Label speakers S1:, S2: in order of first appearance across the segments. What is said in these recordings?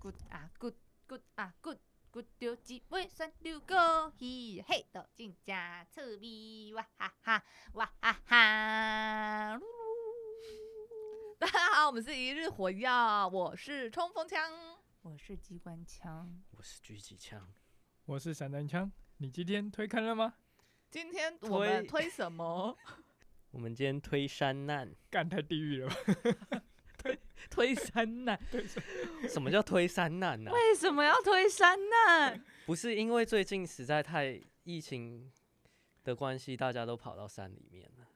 S1: good 啊 good good 啊 good good 丢几位三六个嘿嘿的进家侧壁哇哈哈哇哈哈噜噜，
S2: 大家好，我们是一日火药，我是冲锋枪。
S1: 我是机关枪，
S3: 我是狙击枪，
S4: 我是散弹枪。你今天推坑了吗？
S2: 今天我们
S3: 推
S2: 推什么？
S3: 我们今天推山难。
S4: 干太地狱了吧！
S3: 推山难？什么叫推山难呢、
S2: 为什么要推山难？
S3: 不是因为最近实在太疫情的关系，大家都跑到山里面了。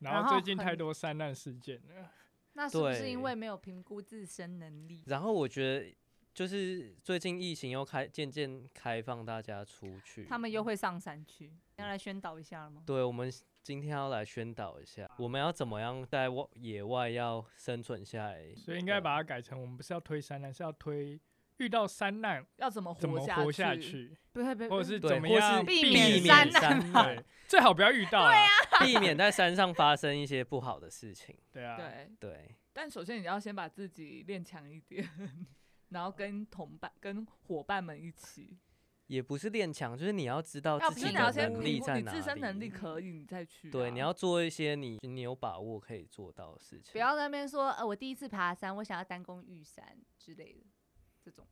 S4: 然
S1: 然
S4: 后
S1: 后
S4: 最近
S1: 很
S4: 太多山难事件了，
S1: 那是不是
S3: 对
S1: 因为没有评估自身能力？
S3: 然后我觉得，就是最近疫情又开渐渐开放大家出去，
S1: 他们又会上山去，要来宣导一下了吗？
S3: 对，我们今天要来宣导一下，我们要怎么样在外野外要生存下来，
S4: 所以应该把它改成我们不是要推山难，是要推遇到山难
S2: 要怎么
S4: 怎么
S2: 活下
S4: 活下
S2: 去？
S4: 去，
S1: 不会不会，
S4: 或者是
S3: 对
S4: 怎么
S3: 或
S4: 样
S3: 是
S1: 避
S4: 避
S1: 免
S3: 避
S1: 山难
S3: 免山
S4: 难
S3: 难，，
S4: 最好不要遇到啊。
S3: 避免在山上发生一些不好的事情。
S4: 对啊，
S2: 对，
S3: 对，
S2: 但首先你要先把自己练强一点， 然后跟同伴、跟伙伴们一起，
S3: 也不是练强，就是你要知道
S2: 要
S3: 自
S2: 不
S3: 己
S2: 是你要
S3: 的
S2: 先
S3: 能
S2: 评
S3: 力
S2: 估
S3: 在
S2: 你
S3: 哪
S2: 自身能力
S3: 里。
S2: 可以，你再去啊、
S3: 对，你要做一些你你有把握可以做到的事情。
S1: 不要在那边说，呃，我第一次爬山，我想要单攻玉山之类的，这种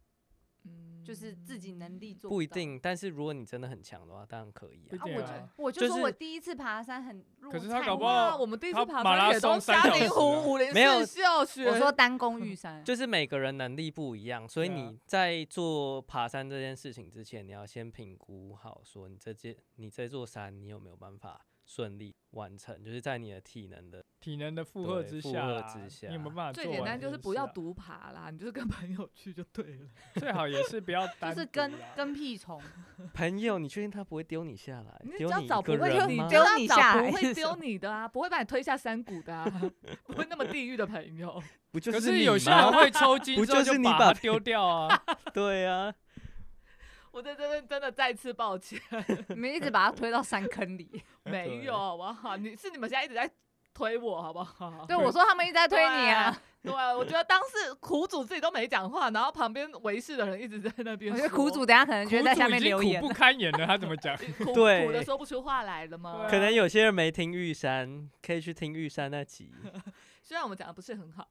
S2: 嗯，
S1: 就是自己能力做
S3: 不一
S1: 到。
S3: 定，但是如果你真的很强的话，当然可以
S4: 不一
S1: 啊，
S3: 啊。
S1: 我
S4: 定
S1: 就
S4: 啊。
S1: 我就
S3: 就
S1: 说我
S3: 是
S1: 第一次爬山很弱，
S4: 可是他搞不
S2: 哇，
S4: 好
S2: 我们第一次
S4: 他
S2: 爬
S4: 马
S2: 山
S4: 拉
S2: 也都
S4: 松三
S2: 嘉
S4: 小
S2: 陵
S4: 时啊
S2: 湖、武林
S3: 没有
S2: 四嗯秀学，
S1: 我说单攻玉山，
S3: 就是每个人能力不一样，所以
S4: 对啊
S3: 你在做爬山这件事情之前，你要先评估好，说你这件你这座山你有没有办法顺利完成，就是在你的体能的
S4: 体能的负荷
S3: 对
S4: 之
S3: 负
S4: 下
S3: 荷
S4: 啦，
S3: 之下
S4: 你有没有办法做
S2: 最
S4: 完
S2: 简
S4: 这件事啊？
S2: 单就是不要独爬啦，你就是跟朋友去就对 了。
S4: 最好也是不要单
S1: 就是
S4: 独啊
S1: 跟
S4: 啦
S1: 跟屁虫，
S3: 朋友，你确定他不会丢你下来
S2: 你？只
S3: 丢
S2: 要
S3: 一
S2: 找
S3: 个
S2: 不会丢
S3: 人
S2: 你
S3: 吗？
S1: 丢
S2: 要
S1: 你
S2: 找
S1: 下来
S2: 不会
S1: 是
S2: 丢
S1: 什么
S2: 你的啊，不会把你推下山谷的啊， 不会那么地狱的朋友。
S3: 不就
S4: 可
S3: 你
S4: 是有些人
S3: 吗？
S4: 会抽筋
S3: 不
S4: 之后
S3: 就是你
S4: 把
S3: 把
S4: 它丢掉啊？
S3: 对啊，
S2: 我在这边真的再次抱 歉，
S1: 你们一直把它推到山坑 里。
S2: 没有好不好？你是你们现在一直在推我好不好？
S1: 对，我说他们一直在 推你啊，
S2: 对，我觉得当时苦主自己都没讲话，然后旁边围视的人一直在那边
S1: 我
S2: 说，
S1: 觉得苦主等下可能
S4: 啊苦
S1: 就会
S4: 主
S1: 在下
S4: 已
S1: 面
S4: 经
S1: 留言
S4: 苦
S1: 了
S4: 不。堪言了，他怎么讲？
S2: 苦
S3: 对
S2: 苦的说不出话来了吗？
S4: 对
S3: 可
S4: 啊
S3: 能有些人没听玉山，可以去听玉山那集，
S2: 虽然我们讲的不是很好，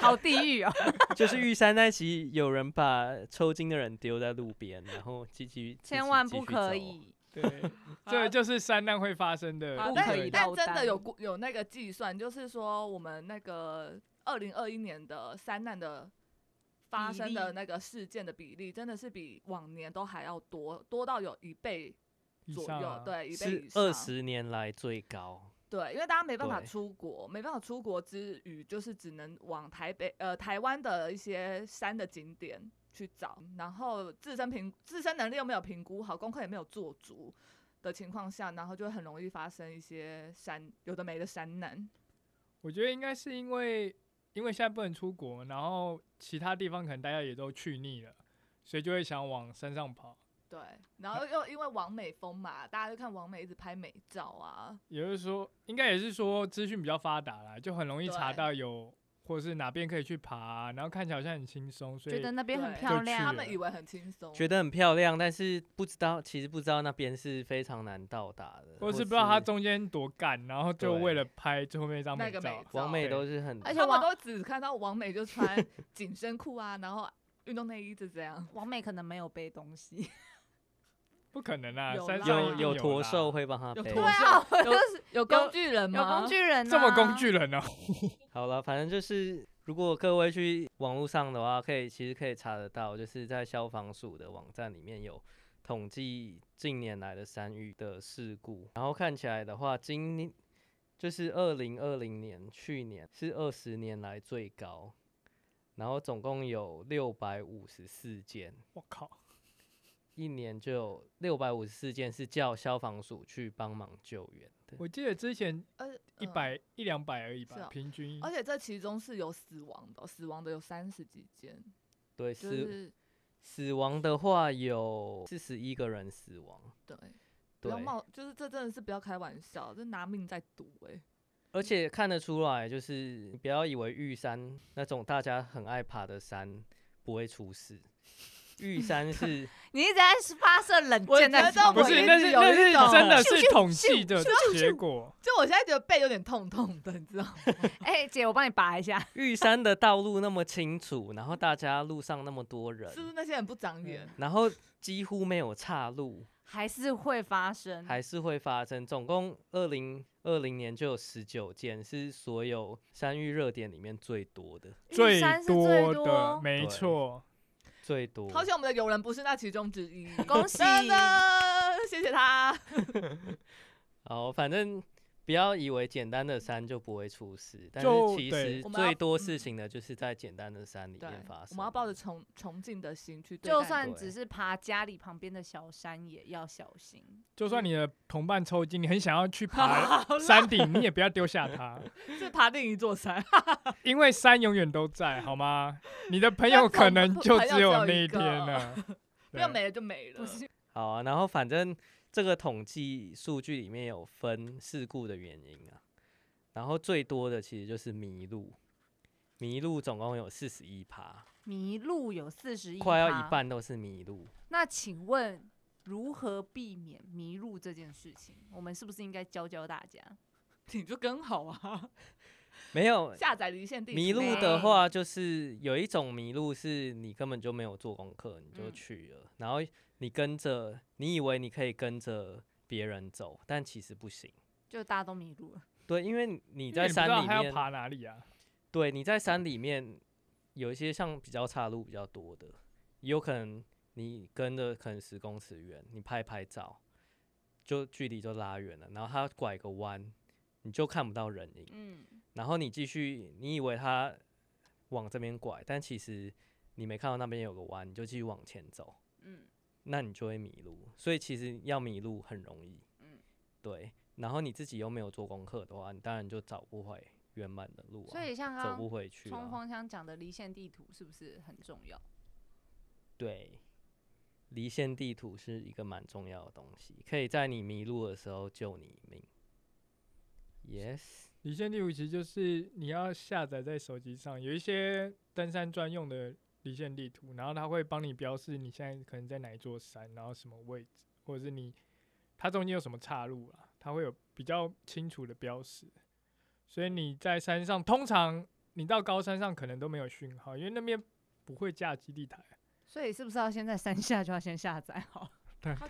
S1: 好地狱哦！
S3: 就是玉山那集有人把抽筋的人丢在路边，然后继续
S1: 千万不可。以，
S4: 对，这就是山难会发生的
S2: 啊，
S4: 不
S1: 但
S4: 可
S1: 以
S4: 以。
S2: 但
S1: 落
S2: 真的
S1: 单
S2: 有估有那个计算，就是说我们那个二零二一年的三难的发
S1: 比
S2: 生
S1: 例
S2: 的那个事件的比例，真的是比往年都还要多，多到有一倍
S4: 以
S2: 左
S4: 上
S2: 右，
S4: 啊，
S2: 对，一倍
S3: 是
S2: 以上。
S3: 二十年来最高，
S2: 对，因为大家没办法
S3: 对
S2: 出国，没办法出国之余，就是只能往台北呃台湾的一些山的景点去找，然后自身评自身能力又没有评估好，功课也没有做足的情况下，然后就会很容易发生一些山有的没的山难。
S4: 我觉得应该是因为因为现在不能出国，然后其他地方可能大家也都去腻了，所以就会想往山上跑。
S2: 对，然后又因为王美风嘛，大家就看王美一直拍美照啊，
S4: 也就是说，应该也是说资讯比较发达啦，就很容易查
S2: 对
S4: 到有或是哪边可以去爬啊，然后看起来好像很轻松，所
S1: 觉
S4: 以
S1: 得那边很
S2: 对
S1: 漂
S4: 就去
S1: 亮
S2: 他
S4: 了。
S2: 们以为很轻松，
S3: 啊觉得很漂亮，但是不知道，其实不知道那边是非常难到达的，
S4: 或是不知道它中间多干，然后就
S3: 对
S4: 为了拍最后面一张
S2: 那
S4: 美
S2: 个
S4: 照
S2: 美，
S3: 完美都是很，
S1: 而且
S2: 他们
S1: 王
S2: 都只看到王美就穿 紧身裤啊，然后运动内衣就这样。
S1: 王美可能没有背东西，
S4: 不可能啊，
S2: 有
S4: 山
S2: 啦
S4: 上
S3: 有
S4: 一定
S3: 有
S4: 啦
S3: 驼兽会帮他
S2: 有
S3: 背。
S2: 驼
S1: 啊，我
S2: 有
S1: 就是
S2: 有工具人
S1: 有
S2: 吗？
S1: 工具人，啊
S4: 这么工，具人哦、
S3: 好了，反正就是，如果各位去网络上的话，可以其实可以查得到，就是在消防署的网站里面有统计近年来的山域的事故，然后看起来的话，今年就是二零二零年，去年是二十年来最高，然后总共有六百五十四件，
S4: 我 靠，
S3: 一年就有六百五十四件是叫消防署去帮忙救援的。
S4: 我记得之前
S2: 呃，
S4: 一
S2: 嗯
S4: 百一两百而已
S2: 是
S4: 吧
S2: 哦，
S4: 平均。
S2: 而且这其中是有死亡的哦，死亡的有三十几件，
S3: 对，
S2: 就
S3: 死
S2: 是
S3: 死亡的话有四十一个人死亡。
S2: 对，不
S3: 对
S2: 要，冒，就是这真的是不要开玩笑，这拿命在赌哎、
S3: 而且看得出来，就是你不要以为玉山那种大家很爱爬的山不会出事，玉 山是
S5: 你一直在发射冷
S2: 我
S5: 箭
S2: 觉
S5: 在
S2: 得
S5: 旁
S4: 不
S2: 我
S5: 边
S4: 是，
S2: 也
S4: 那
S2: 是
S4: 是
S2: 有
S4: 那
S2: 一
S4: 是
S2: 种
S4: 真的
S5: 咻
S4: 是
S5: 咻
S4: 统
S5: 咻
S4: 计的
S5: 咻
S4: 结
S5: 咻
S4: 果。
S2: 就我现在觉得背有点痛痛的，你知道吗？
S5: 哎、姐，我帮你拔一下。
S3: 玉山的道路那么清楚，然后大家路上那么多人
S2: 是，不是那些人不长眼？
S3: 然后几乎没有岔路，
S5: 还是会发生。
S3: 还是会发生。总共二零二零年就有十九件，是所有山域热点里面最多的，
S5: 玉
S4: 最
S5: 山是
S4: 多
S5: 最
S4: 的，
S5: 多，
S4: 没
S3: 对
S4: 错。
S3: 最多。
S2: 好险我们的友人不是那其中之一，
S5: 恭喜
S2: 真的谢谢他。
S3: 好，反正不要以为简单的山就不会出事，但是
S4: 就
S3: 其
S4: 对
S3: 实
S2: 我们要
S3: 最多事
S2: 嗯
S3: 情的就是在简单的山里
S2: 对
S3: 面发
S2: 我
S3: 生。
S2: 们要抱着崇崇敬的心去对待
S5: 就
S2: 你，
S5: 算
S3: 对
S5: 只是爬家里旁边的小山，也要小心。
S4: 就算你的同伴抽筋，你很想要 去爬
S2: 好啦
S4: 山顶，你也不要丢下他，
S2: 是爬另一座山，
S4: 因为山永远都在，好吗？你的朋
S2: 但
S4: 友可
S2: 总
S4: 能
S2: 不
S4: 就
S2: 朋友
S4: 只
S2: 只
S4: 有
S2: 有
S4: 那
S2: 一
S4: 一天
S2: 个
S4: 了。
S2: 没有
S4: 对
S2: 没了就没了
S5: 不。是
S3: 好啊，然后反正这个统计数据里面有分事故的原因啊，然后最多的其实就是迷路，迷路总共有四十一趴，
S5: 迷路有四十一，
S3: 快要一。半都是迷路。
S5: 那请问如何避免迷路这件事情？我们是不是应该教教大家？
S2: 你就跟好啊，
S3: 没有
S2: 下载离线地图
S3: 迷路
S5: 没
S3: 的话，就是有一种迷路是你根本就没有做功课，你就
S5: 嗯
S3: 去了，然后你跟着，你以为你可以跟着别人走，但其实不行。
S5: 就大家都迷路了，
S3: 对，因为你
S4: 因
S3: 在
S4: 为你不知
S3: 山
S4: 道
S3: 里
S4: 他要
S3: 面，
S4: 爬哪里啊？
S3: 对，你在山里面有一些像比较岔路比较多的，有可能你跟着可能十公尺远，你拍拍照，就距离就拉远了，然后它拐个弯，你就看不到人影，
S5: 嗯，
S3: 然后你继续，你以为它往这边拐，但其实你没看到那边有个弯，你就继续往前走，
S5: 嗯，
S3: 那你就会迷路，所以其实要迷路很容易，
S5: 嗯
S3: 对，然后你自己又没有做功课的话，你当然就找不回原本的路、啊，
S5: 所以像
S3: 走
S5: 刚
S3: 不
S5: 刚
S3: 回去、
S5: 冲
S3: 啊。
S5: 锋枪讲的离线地图是不是很重要？
S3: 对，离线地图是一个蛮重要的东西，可以在你迷路的时候救你一命。Yes，
S4: 离线地图其实就是你要下载在手机上，有一些登山专用的离线地图，然后它会帮你标示你现在可能在哪一座山，然后什么位置，或者是你它中间有什么岔路啊，它会有比较清楚的标识。所以你在山上，通常你到高山上可能都没有讯号，因为那边不会架基地台。
S5: 所以是不是要先在山下就要先下载好？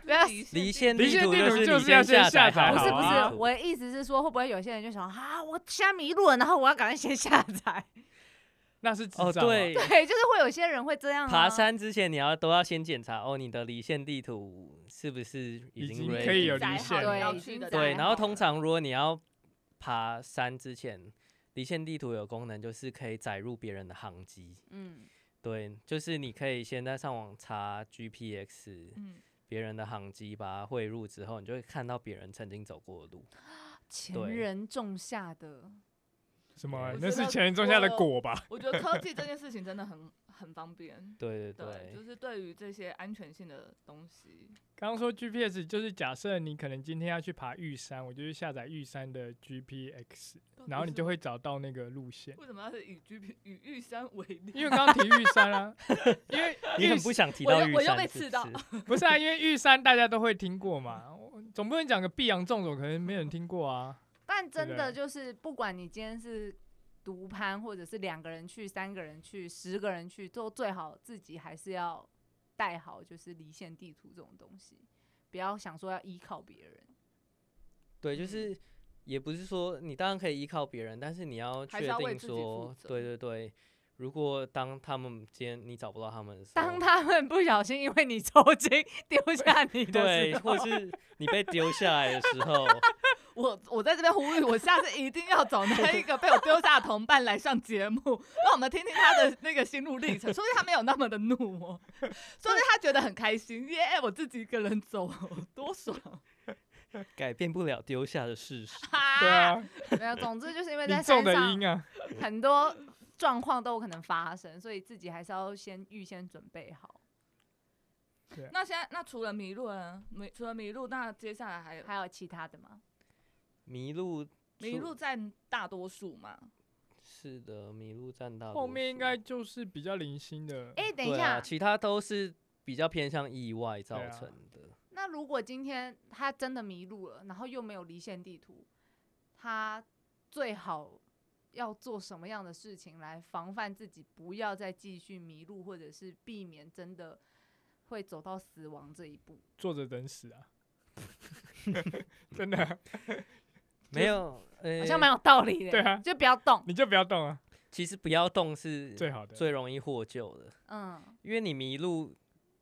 S2: 不要离
S3: 离
S2: 线
S3: 线
S4: 离
S3: 地
S4: 线
S3: 图
S4: 地图
S3: 是
S4: 就
S3: 你
S4: 是要先
S3: 下
S4: 下
S3: 载好
S4: 载
S5: 不
S4: 好
S5: 是
S3: 的
S5: 不
S4: 啊
S3: 地
S5: 是，
S3: 图哦
S5: 我的意思是说，会不会有些人就想啊，我现在迷路了，然后我要赶快先下载？
S4: 那是智障、
S3: 哦，，对，
S5: 对，就是会有些人会这样、啊、
S3: 爬山之前你要都要先检查哦，你的离线地图是不是已
S4: 已
S3: 经
S4: 经
S3: ready
S4: 可以有
S3: 了
S4: 离线
S5: 对
S2: 要
S5: 已
S2: 去
S5: 经
S2: 的
S5: 载
S3: 对，
S5: 好
S3: 然后通
S5: 了
S3: 常如果你要爬山之前，离线地图有功能就是可以载入别人的航机。
S5: 嗯，
S3: 对，就是你可以先在上网查 GPX
S2: 嗯，
S3: 别人的航机，把它汇入之后，你就会看到别人曾经走过的路。
S5: 前
S3: 对
S5: 人种下的，
S4: 什么
S3: 我？
S4: 那
S2: 知
S4: 是
S2: 道
S4: 前人种下的
S2: 我
S4: 果吧？
S2: 我觉得科技这件事情真的很很方便。
S3: 对对
S2: 对，
S3: 对，
S2: 就是对于这些安全性的东西，
S4: 刚刚说 GPS 就是假设你可能今天要去爬玉山，我就去下载玉山的 GPX，然
S2: 哦
S4: 后你就会找到那个路线。
S2: 为什么要是以 G P 以玉山为例？
S4: 因为刚刚提玉山啊，因为
S3: 你
S4: 玉
S3: 很不想提
S2: 我
S3: 到
S2: 又
S3: 玉
S2: 我又
S3: 山
S2: 被
S3: 是
S2: 刺
S3: 不
S2: 到
S3: 是
S4: 不是啊，因为玉山大家都会听过嘛，我总不能讲个碧阳纵走，可能没人听过啊。
S5: 但真
S4: 对
S5: 的就是不管你今天是独攀，或者是两个人去、三个人去、十个人去，都最好自己还是要带好就是离线地图这种东西，不要想说要依靠别人。
S3: 对，就
S2: 嗯
S3: 是也不是说你当然可以依靠别人，但是你要
S2: 还
S3: 确
S2: 是要为
S3: 定
S2: 自己负
S3: 说，
S2: 责
S3: 对对对，如果当他们今天你找不到他们的时候，
S5: 当他们不小心因为你抽 筋丢下你的
S3: 对
S5: 时，
S3: 或
S5: 候，
S3: 是你被丢下来的时候，
S2: 我我在这边呼吁，我下次一定要找那一个被我丢下的同伴来上节目，让我们听听他的那个心路历程。说不定他没有那么的怒哦，说不定他觉得很开心，耶！我自己一个人走，多爽！
S3: 改变不了丢下的事实。
S2: 哈
S4: 对，啊，
S5: 没有，总之就是因为在
S4: 你
S5: 山
S4: 种的
S5: 上
S4: 因啊，
S5: 很多状况都有可能发生，所以自己还是要先预先准备好。
S2: 那现在那除了迷路呢？迷除了迷路，那接下来还有
S5: 还有其他的吗？
S3: 迷路
S2: 迷路占大多数嘛。
S3: 是的，迷路占大多数。
S4: 后面应该就是比较零星的。
S1: 哎、等一
S3: 对
S1: 下，
S3: 啊，其他都是比较偏向意外造
S4: 对啊
S3: 成的。
S1: 那如果今天他真的迷路了，然后又没有离线地图，他最好要做什么样的事情来防范自己不要再继续迷路，或者是避免真的会走到死亡这一步？
S4: 坐着等死啊！ 真的啊、
S3: 没有，
S1: 好
S3: 呃，
S1: 像蛮有道理的。
S4: 对啊
S1: 就不要动。
S4: 你就不要动啊，
S3: 其实不要动是
S4: 最好的。
S3: 最容易获救的，
S1: 嗯，
S3: 因为你迷路，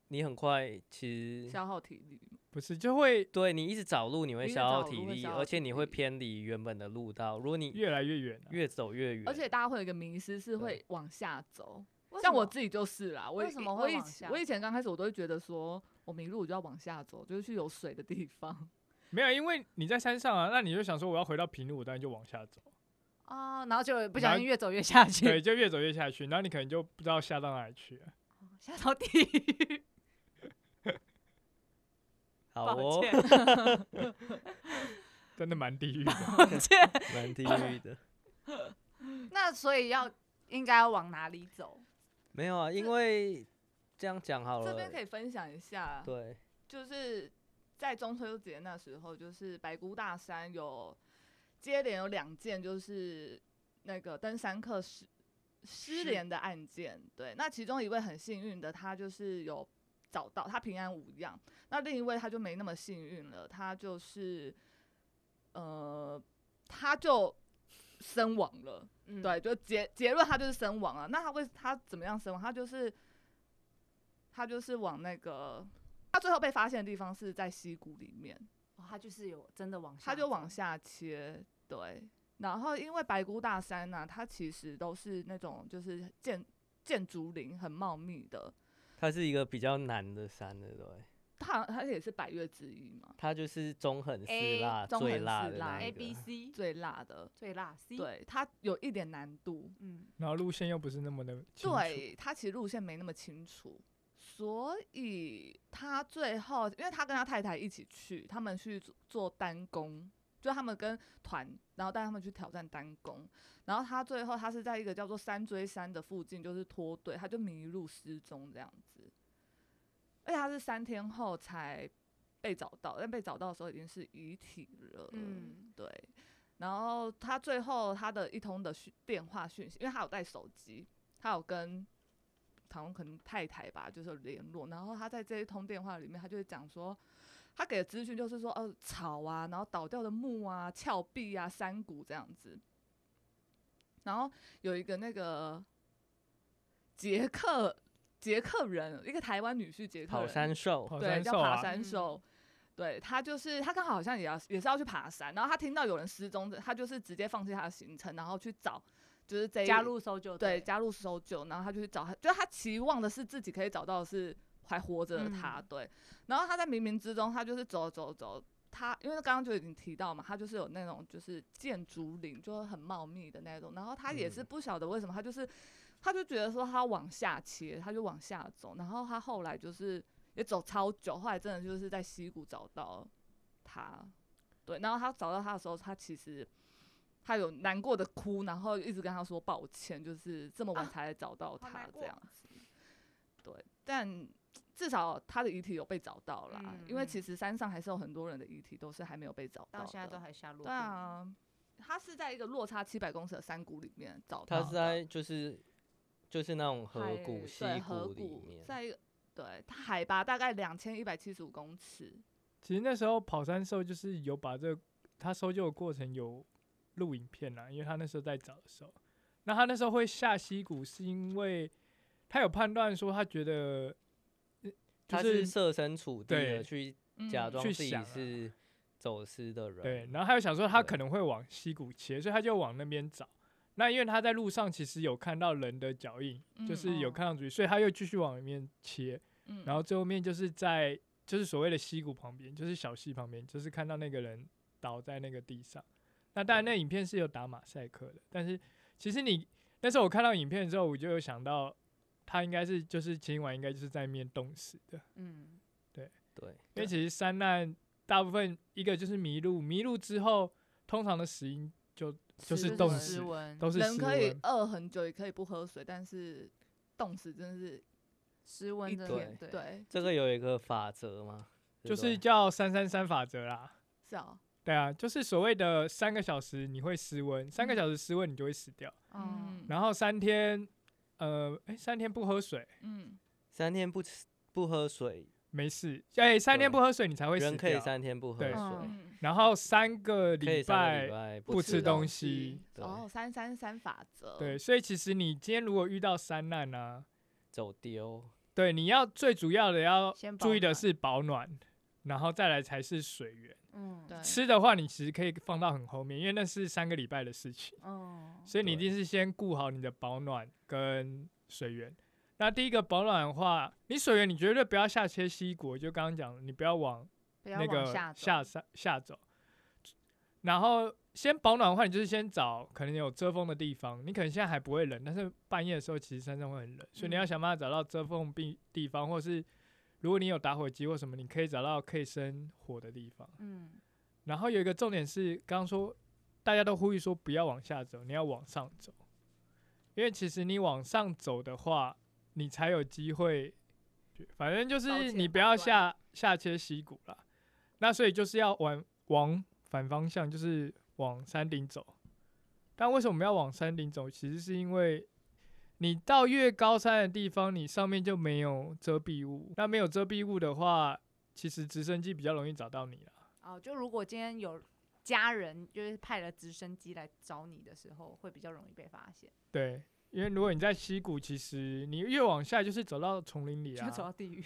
S3: 你很快其实
S2: 消耗体力，
S4: 不是就会
S3: 对你一直找路，你会
S2: 你一直
S3: 消耗
S2: 找路
S3: 体
S2: 会
S3: 力，
S2: 消耗
S3: 而且
S2: 体
S3: 你会
S2: 力
S3: 偏离原本的路道。如果你
S4: 越来越远、啊。
S3: 越走越远，
S2: 而且大家会有一个迷失是
S3: 对
S2: 会往下走，
S1: 为什
S2: 像
S1: 么
S2: 我自己就是啦。我
S1: 为
S2: 以
S1: 什么
S2: 我
S1: 会
S2: 以
S1: 往
S2: 前
S1: 下
S2: 我以前刚开始我都会觉得说，我迷路我就要往下走，就是去有水的地方。
S4: 没有，因为你在山上啊，那你就想说我要回到平路，我当然就往下走，
S1: 哦，然后就不
S4: 然
S1: 小
S4: 后
S1: 心越走越下
S4: 对，
S1: 去，
S4: 就越走越下去，然后你可能就不知道下到哪里去了。
S1: 下到地狱。抱
S3: 好哦，
S1: 歉，
S4: 真的蛮地狱 的。
S1: 抱歉。
S3: 蛮地狱的。
S1: 那所以要应该要往哪里走？
S3: 没有啊，
S2: 这
S3: 因为这样讲好
S2: 这
S3: 了
S2: 边，可以分享一下，
S3: 对，
S2: 就是在中秋节那时候，就是白姑大山有接连有两件，就是那个登山客失失
S1: 失
S2: 联的案件。对，那其中一位很幸运的，他就是有找到，他平安无恙。那另一位他就没那么幸运了，他就是呃，他就身亡了。
S1: 嗯，
S2: 对，就结结论他就是身亡啊。那他为他怎么样身亡？他就是他就是往那个他最后被发现的地方是在溪谷里面，
S1: 哦，他就是有真的往下走，
S2: 他就往下切。对，然后因为白姑大山呢、它其实都是那种就是建建竹林很茂密的，
S3: 它是一个比较难的山的，对，
S2: 它好像它也是百越之一嘛，
S3: 它就是中横四
S1: A，
S3: 辣
S2: 中
S3: 最
S2: 横
S3: 辣
S2: 四
S3: 的
S2: 辣
S3: 那
S1: A
S3: 一
S1: B
S3: 个。
S1: C
S2: 最辣的。
S1: 最辣 C，，
S2: 对，它有一点难度，
S1: 嗯，
S4: 然后路线又不是那么的清楚，
S2: 对他其实路线没那么清楚，所以他最后，因为他跟他太太一起去，他们去做做单工，就他们跟团，然后带他们去挑战单工，然后他最后他是在一个叫做三锥山的附近，就是脱队，他就迷路失踪这样子，而且他是三天后才被找到，但被找到的时候已经是遗体了，
S1: 嗯
S2: 对。然后他最后他的一通的讯电话讯息，因为他有带手机，他有跟好像可能太太吧，就是有联络。然后他在这一通电话里面，他就会讲说，他给的资讯就是说，呃，草啊，然后倒掉的木啊、峭壁啊、山谷这样子。然后有一个那个捷克捷克人，一个台湾女婿捷克
S3: 跑
S2: 人，
S3: 山兽，
S4: 跑
S2: 对，
S4: 山
S2: 叫
S4: 兽
S2: 爬
S4: 啊，
S2: 山
S1: 嗯
S2: 兽。对他就是他刚好好像也要也是要去爬山，然后他听到有人失踪的，他就是直接放弃他的行程，然后去找就是这一
S1: 加入搜救
S2: 对
S1: 队，
S2: 加入搜救，然后他就去找他，就是他期望的是自己可以找到的是还活着的他，
S1: 嗯
S2: 对。然后他在冥冥之中，他就是走走走，他因为刚刚就已经提到嘛，他就是有那种就是建竹林，就是很茂密的那种，然后他也是
S3: 嗯
S2: 不晓得为什么，他就是他就觉得说他往下切，他就往下走，然后他后来就是也走超久，后来真的就是在溪谷找到他，对，然后他找到他的时候，他其实他有难过的哭，然后一直跟他说抱歉，就是这么晚
S1: 啊
S2: 才找到
S1: 好
S2: 他
S1: 难
S2: 这
S1: 过
S2: 样子。对，但至少他的遗体有被找到啦，
S1: 嗯
S2: 因为
S1: 嗯
S2: 其实山上还是有很多人的遗体都是还没有被找到
S1: 到现在都
S2: 的。
S1: 还下落。
S2: 对，啊，他是在一个落差七百公尺的山谷里面找到
S3: 它
S2: 的。
S3: 是在就是就是那种河
S2: 海
S3: 谷溪
S2: 对河
S3: 谷里面，
S2: 在一个对它海拔大概两千一百七十五公尺，
S4: 其实那时候跑山兽就是有把这他搜救的过程有录影片啊啦，因为他那时候在找的时候，那他那时候会下溪谷是因为他有判断说他觉得，呃就
S3: 它是设身处地的
S4: 对
S3: 去
S2: 嗯
S3: 假装
S4: 去
S3: 自己
S4: 想啊
S3: 是走失的人。
S4: 对，然后他又想说他
S3: 对
S4: 可能会往溪谷切，所以他就往那边找。那因为他在路上其实有看到人的脚印，就是有
S1: 哦
S4: 看到主意，所以他又继续往里面切，
S2: 嗯
S4: 然后最后面就是在就是所谓的溪谷旁边，就是小溪旁边，就是看到那个人倒在那个地上。那当然，那影片是有打马赛克的，但是其实你那时候我看到影片之后，我就有想到他应该是就是秦晚应该就是在面冻死的，
S1: 嗯，
S3: 对，啊
S4: 因为其实山难大部分一个就是迷路，迷路之后通常的死因就就
S2: 就是是
S4: 冻
S2: 文
S4: 死
S2: 斯，
S5: 文
S4: 都是
S2: 人
S4: 斯
S2: 可以
S4: 文。
S2: 饿很久，也可以不喝水，但是冻死真的是
S5: 诗文
S2: 一
S5: 真
S3: 对
S5: 的
S2: 天。对，
S3: 这个有一个法则吗？对
S4: 就
S3: 不对
S4: 是叫三三三法则啦。
S2: 是啊，
S4: 对啊，就是所谓的三个小时你会失温，三个小时失温你就会死掉，
S5: 嗯，
S4: 然后三天，呃，哎、三天不喝水
S2: 嗯，
S3: 三天不吃不喝水，
S4: 没事，哎、三天
S3: 对
S4: 不喝水你才会死
S3: 人可以
S4: 掉，
S3: 三天不喝
S4: 对
S3: 水，
S5: 嗯
S2: 嗯，
S4: 然后三个
S3: 可以
S4: 礼
S3: 三个礼
S4: 拜，
S3: 拜
S4: 不吃东
S3: 西。
S4: 西
S3: 对
S2: 哦，三三三法则，
S4: 对，，所以其实你今天如果遇到山难啊，
S3: 走丢，
S4: 对，你要最主要的要
S5: 先保
S4: 注意的
S5: 暖
S4: 是保暖，然后再来才是水源。
S5: 嗯，
S2: 对
S4: 吃的话，你其实可以放到很后面，因为那是三个礼拜的事情，
S5: 嗯，
S4: 所以你一
S3: 对
S4: 定是先顾好你的保暖跟水源。那第一个保暖的话，你水源你绝对不要下切西国，就刚刚讲的，你不要往
S5: 不要
S4: 那
S5: 往
S4: 个
S5: 下走
S4: 下山下走。然后先保暖的话，你就是先找可能有遮风的地方。你可能现在还不会冷，但是半夜的时候其实山上会很冷，所以你要
S5: 嗯
S4: 想办法找到遮风地地方，或是如果你有打火机或什么，你可以找到可以生火的地方。
S5: 嗯，
S4: 然后有一个重点是，刚刚说大家都呼吁说不要往下走，你要往上走，因为其实你往上走的话，你才有机会。反正就
S2: 保
S4: 是
S2: 险
S4: 你
S2: 保
S4: 不要
S2: 段
S4: 下下切溪谷啦，那所以就是要往往反方向，就是往山顶走。但为什么要往山顶走？其实是因为你到越高山的地方，你上面就没有遮蔽物。那没有遮蔽物的话，其实直升机比较容易找到你啦。
S5: 哦，就如果今天有家人就是派了直升机来找你的时候，会比较容易被发现，
S4: 对，因为如果你在溪谷，其实你越往下就是走到丛林里
S5: 就
S4: 啊，
S5: 走到地狱。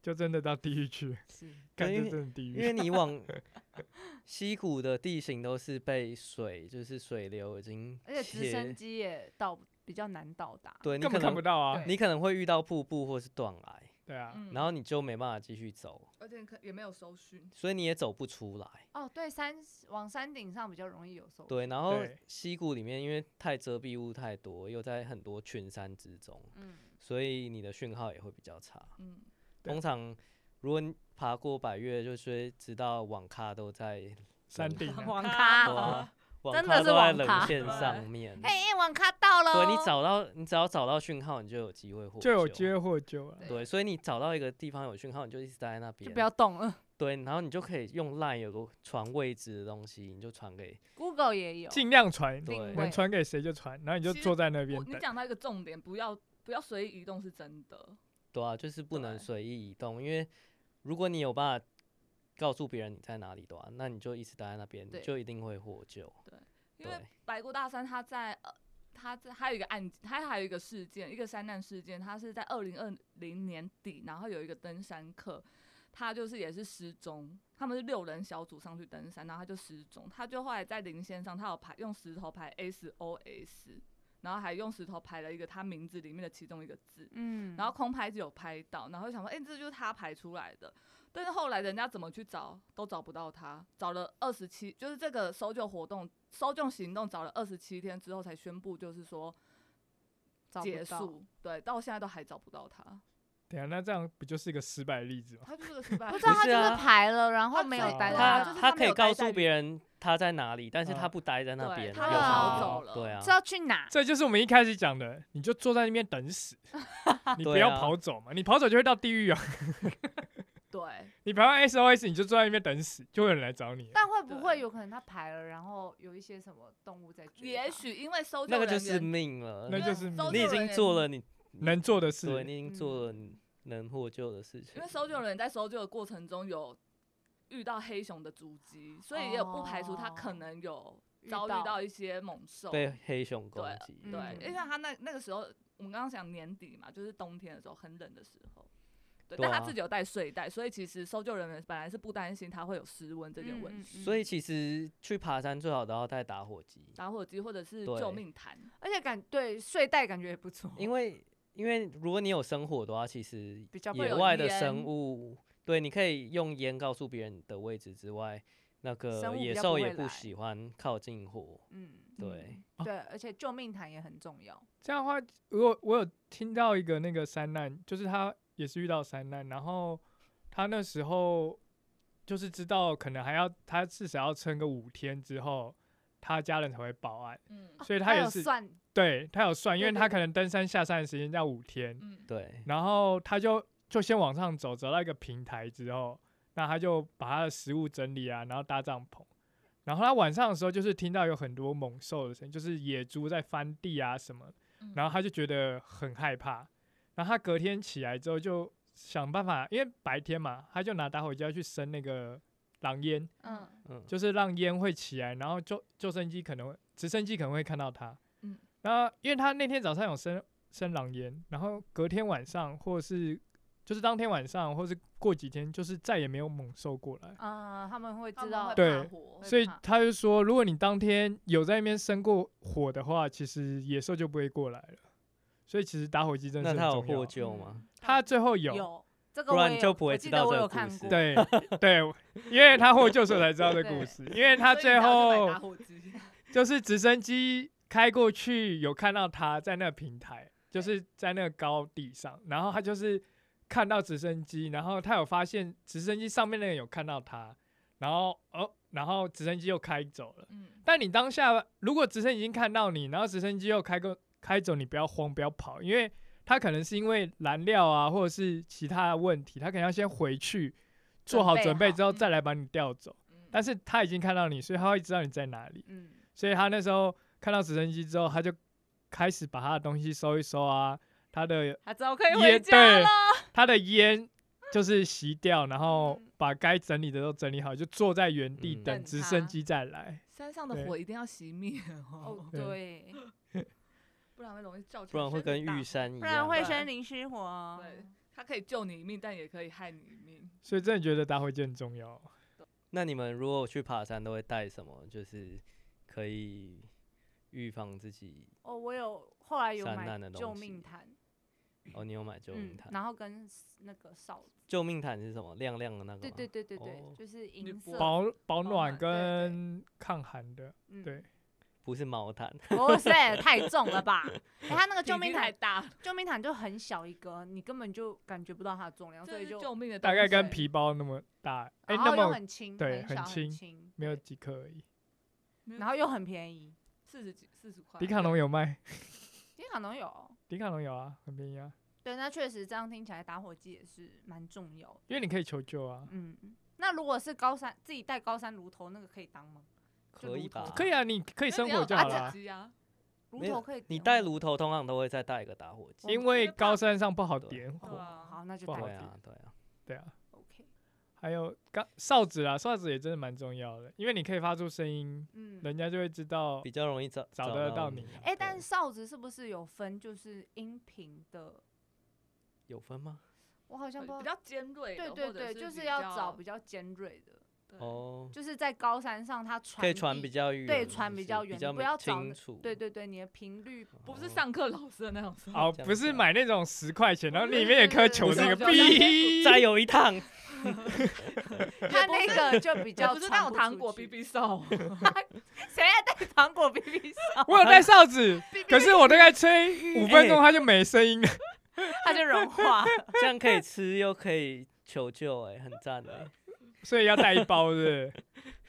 S4: 就真的到地狱去，
S5: 是，
S3: 对
S4: 感觉
S3: 因为
S4: 真的地
S3: 因
S4: 狱。
S3: 为你往 溪谷的地形都是被水，就是水流已经
S5: 而且直升
S3: 切
S5: 机也到比较难到达。
S3: 对你
S4: 根
S3: 可
S4: 本看不
S3: 能
S4: 到啊
S5: 对，
S3: 你可能会遇到瀑布或是断崖，
S4: 对啊，
S2: 嗯
S3: 然后你就没办法继续走，
S2: 而且可也没有搜寻，
S3: 所以你也走不出来。
S5: 哦，对，山往山顶上比较容易有搜。
S3: 对，，然后
S4: 对
S3: 溪谷里面因为太遮蔽物太多，又在很多群山之中，
S5: 嗯，
S3: 所以你的讯号也会比较差。
S2: 嗯，
S4: 对
S3: 通常如果你爬过百越，就是直到网咖 都在
S4: 山
S3: 冷
S4: 顶啊
S5: 网
S3: 对
S5: 咖，
S3: 啊，网
S5: 哦真的
S3: 咖
S5: 是
S3: 都在
S5: 网
S3: 冷
S5: 咖
S3: 线
S2: 对
S3: 上面。
S5: 哎、网咖到了。
S3: 对你，找到，你只要找到讯号，你就有机会获
S4: 就有
S3: 救
S4: 机会获救啊。
S3: 对，所以你找到一个地方有讯号，你就一直待在那边，
S5: 就不要动了。
S3: 对，然后你就可以用 LINE 有个传位置的东西，你就传给
S5: Google 也有。
S4: 尽量传，
S3: 对
S5: 定
S4: 能
S5: 位
S4: 传给谁就传，然后你就
S2: 其实
S4: 坐在那边
S2: 我你
S4: 等。
S2: 讲到一个重点，不要不要随意移动是真的，
S3: 对啊，就是不能
S2: 对
S3: 随意移动，因为如果你有办法告诉别人你在哪里的话，那你就一直待在那边，你
S2: 对
S3: 就一定会获救。
S2: 因为
S3: 对
S2: 白骨大山它在呃，它在还有一个案，它还有一个事件，一个山难事件，它是在二零二零年底，然后有一个登山客，他就是也是失踪，他们是六人小组上去登山，然后他就失踪，他就后来在林线上，他有排用石头排 S O S，然后还用石头排了一个他名字里面的其中一个字，
S5: 嗯，
S2: 然后空拍就有拍到，然后想说，哎、这就是他排出来的。但是后来人家怎么去找都找不到他，找了二十七，就是这个搜救活动、搜救行动找了二十七天之后才宣布，就是说
S5: 找不
S2: 结
S5: 到，
S2: 束。对，到现在都还找不到他，
S4: 等一啊下，那这样不就是一个失败的例子吗？
S2: 他就是个失败。
S5: 不知道他
S3: 哦是
S5: 就
S3: 啊
S5: 是排了，然后
S2: 他
S5: 没
S2: 最
S5: 有待
S4: 对
S5: 在
S4: 啊
S5: 那
S2: 就
S3: 他
S2: 是
S5: 里，
S2: 他没
S3: 可以
S2: 有
S3: 告
S2: 待
S3: 诉
S2: 在
S3: 别人他在哪里，但是他
S4: 嗯
S3: 不待在那
S2: 对
S3: 边，
S2: 他
S3: 有
S5: 就
S3: 什
S5: 逃
S3: 么用
S2: 走了
S3: 对啊，
S5: 知道去哪。
S4: 这就是我们一开始讲的，你就坐在那边等死，你不
S3: 对
S4: 要
S3: 啊
S4: 跑走嘛，你跑走就会到地狱啊。
S2: 对，
S4: 你跑到 SOS，你就坐在那边等死，就会有人来找你啊。
S5: 但会不会
S2: 对
S5: 有可能他排了，然后有一些什么动物在追？
S2: 也，许因为搜
S3: 啊那
S2: 救
S3: 个就
S2: 人
S3: 是
S2: 员，
S3: 命了，
S4: 那
S2: 因
S4: 就
S2: 为
S4: 是
S2: 搜
S3: 你已
S2: 救人
S3: 经
S2: 员
S3: 做了你
S4: 能做的
S3: 对，
S4: 事，
S3: 你已经做了你能获救的事情
S2: 嗯因为。搜救人员在搜救的过程中有遇到黑熊的足迹，所以也有不排除他可
S5: 哦
S2: 能有
S5: 遇
S2: 遭遇
S5: 到
S2: 到一些猛兽。
S3: 被黑熊攻
S2: 对
S3: 击，
S2: 对，
S5: 嗯
S2: 因为他那那个时候，我们刚刚讲年底嘛，就是冬天的时候，很冷的时候。对，
S3: 对
S2: 但他
S3: 啊
S2: 自己有带睡袋，所以其实搜救人员本来是不担心他会有失温这件问题，
S3: 所
S5: 以
S3: 以其实去爬山最好都要带打火机，
S2: 打火机或者是
S3: 对
S2: 救命毯，
S5: 而且感对睡袋感觉也不错，
S3: 因为因为如果你有生火的话，其实
S5: 比较不会
S3: 野
S2: 有
S3: 外的
S2: 烟
S3: 生物，对，你可以用烟告诉别人你的位置之外，那
S5: 生
S3: 个
S5: 物比
S3: 野
S5: 较
S3: 兽
S5: 不
S3: 也
S5: 会
S3: 不
S5: 来
S3: 喜欢靠近火，
S5: 嗯，
S3: 对，
S5: 对，而且救命毯也很重要。
S4: 这样的话，如果我有听到一个那个山难，就是他也是遇到山难，然后他那时候就是知道可能还要他至少要撑个五天之后，他家人才会报案，
S2: 嗯
S4: 所以
S5: 哦他
S4: 他也
S5: 有
S4: 是
S5: 算
S4: 对他有算，因为
S5: 对对
S4: 他可能登山下山的时间要五天，
S2: 嗯，
S3: 对，
S4: 然后他就就先往上走，走到一个平台之后，那他就把他的食物整理啊，然后搭帐篷。然后他晚上的时候，就是听到有很多猛兽的声音，就是野猪在翻地啊什么，然后他就觉得很害怕。然后他隔天起来之后，就想办法，因为白天嘛，他就拿打火机要去生那个狼烟，
S5: 嗯
S3: 嗯，
S4: 就是让烟会起来，然后救救生机可能会直升机可能会看到他。
S2: 嗯
S4: 嗯，然后因为他那天早上有生生狼烟，然后隔天晚上或是就是当天晚上，或是过几天，就是再也没有猛兽过来。
S5: 啊、他们会
S2: 他
S5: 知
S2: 们
S5: 道
S2: 会
S4: 对
S2: 怕火
S5: 会
S4: 所以
S5: 怕
S4: 他就说，如果你当天有在那边生过火的话，其实野兽就不会过来了。所以其实打火机真
S3: 那
S4: 的是
S3: 他有
S4: 很重
S3: 获
S4: 要。
S3: 救吗？
S4: 他最后有
S5: 嗯有这个
S3: 不
S5: 我
S3: 然
S5: 也
S3: 就
S5: 有
S3: 不会
S5: 我
S3: 知
S5: 记
S3: 道
S5: 得我
S3: 这
S5: 有
S3: 个故
S5: 看
S3: 事
S5: 过，
S4: 对对，因为他获救所以才知道这
S5: 对
S4: 故事，因为他
S2: 所以
S4: 最
S2: 你只要去买
S4: 后
S2: 打火机
S4: 就是直升机开过去，有看到他在那个平台，就是在那个高地上，然后他就是看到直升机，然后他有发现直升机上面那个有看到他，然后哦，然后直升机又开走了。
S2: 嗯
S4: 但你当下如果直升机已经看到你，然后直升机又开过开走，你不要慌，不要跑，因为他可能是因为燃料啊，或者是其他的问题，他可能要先回去做好
S5: 准备
S4: 准备
S5: 好
S4: 之后
S2: 嗯
S4: 再来把你调走。
S2: 嗯
S4: 但是他已经看到你，所以他会知道你在哪里。
S5: 嗯，
S4: 所以他那时候看到直升机之后，他就开始把他的东西收一收啊，他的
S5: 他知道可以
S4: 也
S5: 回家
S4: 对
S5: 了，
S4: 他的烟就是吸掉，然后
S5: 嗯
S4: 把该整理的都整理好，就坐在原地
S3: 嗯
S4: 等
S5: 等
S4: 直
S5: 他
S4: 升机再来。
S2: 山上的
S4: 对
S2: 火一定要熄灭哦
S5: 哦，对，
S2: 不然会容易造成
S3: 不然会
S2: 森林
S3: 跟
S2: 大
S3: 玉
S2: 火
S3: 山一样，啊
S5: 不然会
S2: 对
S5: 生灵失火，啊
S2: 对，它可以救你一命，但也可以害你一命。
S4: 所以真的觉得打火机很重要。
S3: 那你们如果去爬山都会带什么？就是可以预防自己
S5: 哦，我有后来有
S3: 散
S5: 买
S3: 难的东
S5: 救
S3: 西
S5: 命毯，
S3: 哦。你有买救命
S5: 嗯
S3: 毯？，
S5: 然后跟 s- 那个哨子，
S3: 救命毯是什么？亮亮的那个吗？
S5: 对对对对对，
S3: 哦
S5: 就是银
S2: 波
S5: 色，
S4: 保保
S2: 暖对
S4: 暖
S2: 对
S4: 跟抗寒的，
S5: 嗯
S4: 对，
S3: 不是毛毯。
S5: 不是太重了吧？哎，他 那个救
S2: 体
S5: 命
S2: 积太
S5: 毯，
S2: 大了，
S5: 救命毯就很小一个，你根本就感觉不到它的重量，所
S2: 这
S5: 以
S2: 是
S5: 就
S2: 救命的东
S4: 大
S2: 西，
S4: 概跟皮包那么大，哎、
S5: 然
S4: 那
S5: 后又
S4: 么
S5: 很轻，
S4: 对
S5: 很小
S4: 很轻
S5: 轻，
S4: 没有几克而已。
S2: 没有，
S5: 然后又很便宜，
S2: 四十几四十块，
S4: 迪卡侬有卖，
S5: 迪卡侬有。
S4: 迪卡侬有啊，很便宜啊，
S5: 对，那确实这样听起来，打火机也是蛮重要的。
S4: 因为你可以求救啊。
S5: 嗯，那如果是高山自己带高山炉头，那个可以当吗？就
S3: 可以
S5: 炉头
S3: 吧
S4: 可以啊，你可以
S2: 那
S4: 生
S2: 你
S4: 火
S2: 要
S4: 就
S2: 打
S4: 好
S2: 火
S4: 了啊，
S2: 机啊，
S5: 炉
S3: 没有
S5: 头可以点吗。
S3: 你带炉头通常都会再带一个打火
S5: 哦
S3: 机。
S4: 因为
S2: 觉得
S4: 高
S2: 怕
S4: 山上不好
S3: 对
S4: 点火
S2: 对。啊，
S5: 好，那就
S4: 不
S5: 带
S4: 好
S3: 对
S5: 着。
S3: 啊，对啊，
S4: 对啊，
S5: OK，
S4: 还有刚哨子啊，哨子也真的蛮重要的，因为你可以发出声音，
S5: 嗯，
S4: 人家就会知道
S3: 比。较容易找
S4: 找得
S3: 到
S4: 到你啊
S5: 哎、但
S3: 对
S5: 哨子是不是有分就是音频的？
S3: 有分吗？
S5: 我好像不
S2: 呃比
S5: 知道。
S2: 较尖锐的，
S5: 对对
S2: 或者
S5: 对，就是是要
S2: 比较
S5: 找比较尖锐的，
S2: 对
S3: 哦，
S5: 就是在高山上它传
S3: 可以传
S5: 递
S3: 比较远，
S5: 对
S3: 就
S5: 传
S3: 是
S5: 比较远
S3: 比较
S5: 你不要找
S3: 清
S5: 那
S3: 楚。
S5: 对对对，你的频 率
S3: 哦，
S2: 不是上课老师的那 种
S4: 哦，
S3: 这样
S4: 不
S3: 子
S4: 是
S3: 啊
S4: 买那种十块钱，然后
S5: 不是
S4: 里面有颗
S5: 不是
S4: 球
S5: 不是
S4: 那个
S2: 不是不是
S4: 哔，
S3: 再有一趟，
S5: 它那个就比
S2: 也
S5: 较
S2: 不是
S5: 传
S2: 那种
S5: 不
S2: 糖
S5: 出
S2: 果
S5: 去
S2: BB 兽，
S5: 谁在带糖果 BB 哨，
S4: 我有带哨子，可是我大概吹五分钟它就没声音了。
S5: 它就融化了。
S3: 这样可以吃又可以求救，哎，很赞 哎。
S4: 所以要带一包是不是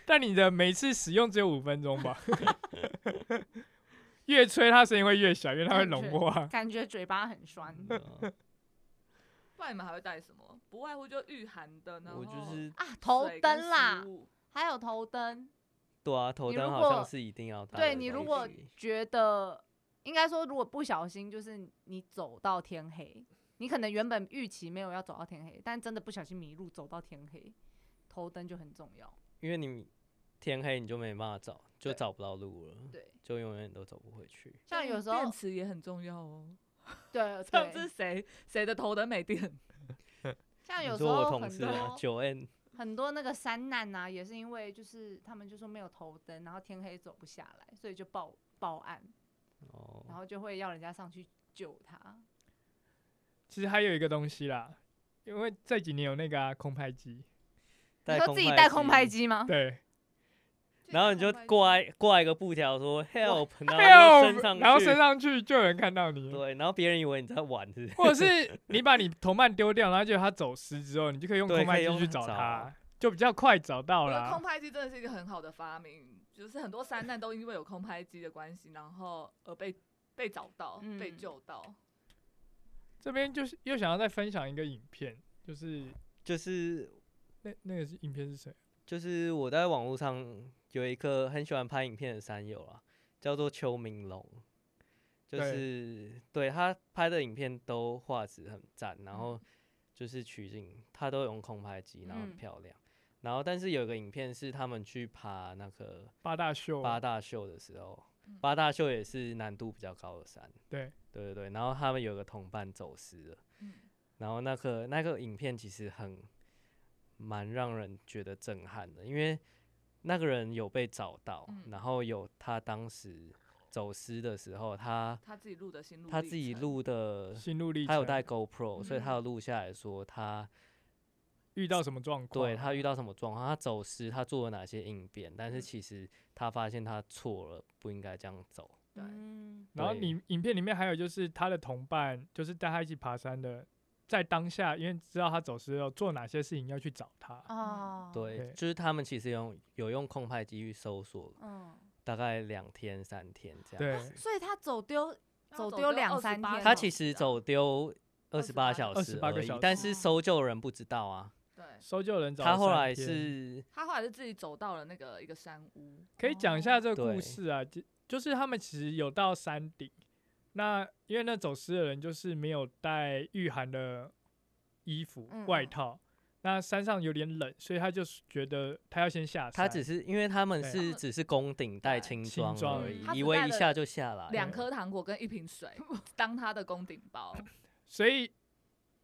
S4: 但你的每次使用只有五分 钟吧？越吹它声音会越小，因为它会融化。
S5: 感觉嘴巴很 酸。
S3: 对啊
S2: 不然你们还会带什么？不外乎就御寒的，然后
S3: 我就是
S5: 啊，头
S2: 水跟
S5: 灯啦
S2: 食，物
S5: 还有头灯。
S3: 对啊，头
S5: 你
S3: 灯
S5: 如
S3: 好像
S5: 果
S3: 是一定要带的东
S5: 对
S3: 西。
S5: 你如果觉得，应该说如果不小心，就是你走到天黑，你可能原本预期没有要走到天黑，但真的不小心迷路走到天黑，头灯就很重要。
S3: 因为你天黑你就没办法找，就
S2: 对
S3: 找不到路了，
S5: 对，
S3: 就永远都走不回去。
S5: 像有时候
S2: 电池也很重要哦。
S5: 对
S2: 上
S5: 对，
S2: 次谁谁的头灯没 电？
S5: 像
S3: 你
S5: 有时
S3: 说我
S5: 候
S3: 同
S5: 很
S3: 事啊吗？
S5: 多
S3: 九 N
S5: 很多那个山难啊，也是因为就是他们就说没有头灯，然后天黑走不下来，所以就报报案，然
S3: 哦，
S5: 后就会要人家上去救他。
S4: 其实还有一个东西啦，因为这几年有那个、啊、空拍机，
S5: 你
S3: 带
S5: 说自己带空拍
S3: 机，
S5: 机吗？
S4: 对，
S3: 然后你就挂一挂一个布条说 help，然后就升上
S4: help，然后
S3: 去
S4: 升上去就有人看到你。
S3: 对，然后别人以为你在玩，是不 是？
S4: 或者是你把你同伴丢掉，然后就他走失之后，你就可以用
S3: 对
S4: 空拍
S3: 可以
S4: 机
S3: 用
S4: 去找
S3: 找
S4: 他，就比较快找到
S2: 我觉得空
S4: 啦。
S2: 拍机真的是一个很好的发明，就是很多山难都因为有空拍机的关系，然后而被被找到、被
S5: 嗯
S2: 救到。
S4: 这边就是又想要再分享一个影片，就是
S3: 就是
S4: 那那个是影片是谁？
S3: 就是我在网络上有一个很喜欢拍影片的山友啊，叫做邱明龙，就
S4: 对
S3: 是对他拍的影片都画质很赞，然后就是取景他都用空拍机，然后很
S5: 嗯
S3: 漂亮。然后但是有个影片是他们去爬那个
S4: 八大秀
S3: 八大秀的时候
S2: 嗯，
S3: 八大秀也是难度比较高的山，
S4: 对，
S3: 对对对。然后他们有个同伴走失了，
S2: 嗯
S3: 然后那个那个影片其实很蛮让人觉得震撼的，因为那个人有被找到，
S2: 嗯
S3: 然后有他当时走失的时候，他
S2: 他自己录的心路，
S3: 他自己，录的，
S4: 心路历程，
S3: 他有带 GoPro，、所以
S2: 嗯
S3: 他有录下来说他
S4: 遇到什么状况？
S3: 对他遇到什么状况，他走失，他做了哪些应变，但
S2: 嗯
S3: 是其实他发现他错了，不应该这样走。
S2: 对
S5: 嗯
S4: 然后
S3: 对
S4: 你影片里面还有就是他的同伴，就是带他一起爬山的，在当下因为知道他走失后做哪些事情要去找他，
S5: 哦，
S3: 对，
S4: 对
S3: 就是他们其实用有用空拍机去搜索，
S5: 嗯，
S3: 大概两天三天这样。
S4: 对，
S5: 所以他走丢，
S2: 他
S5: 走
S2: 走
S5: 丢
S2: 丢
S5: 两
S2: 28
S5: 三天
S2: 天
S5: 了，
S3: 他其
S2: 啊
S3: 实走丢二十八
S2: 28
S3: 小时
S4: 28
S3: 而
S4: 个
S3: 已
S4: 小，
S3: 但
S5: 时
S3: 是
S5: 哦
S3: 搜救人不知道啊。
S2: 对
S4: 搜救人找了
S3: 他后
S4: 三
S3: 来
S4: 天
S3: 是
S2: 他后来是自己走到了那个一个山屋，
S4: 可以讲一下这个
S3: 对
S4: 故事啊，就就是他们其实有到山顶，那因为那走失的人就是没有带御寒的衣服、
S5: 嗯
S4: 外
S5: 嗯
S4: 套，那山上有点冷，所以他就是觉得他要先下山。
S3: 他只是因为他们
S4: 对
S3: 是
S2: 们
S3: 只是攻顶带
S2: 对
S3: 轻
S4: 轻
S3: 装
S4: 装
S3: 而
S5: 而已
S3: 已
S5: 他，
S3: 以
S2: 只
S3: 为
S2: 带
S3: 一
S2: 了
S3: 下就下
S4: 啊
S3: 来
S2: 两
S3: 了。
S2: 颗糖果跟一瓶 水当他的攻顶包，
S4: 啊所以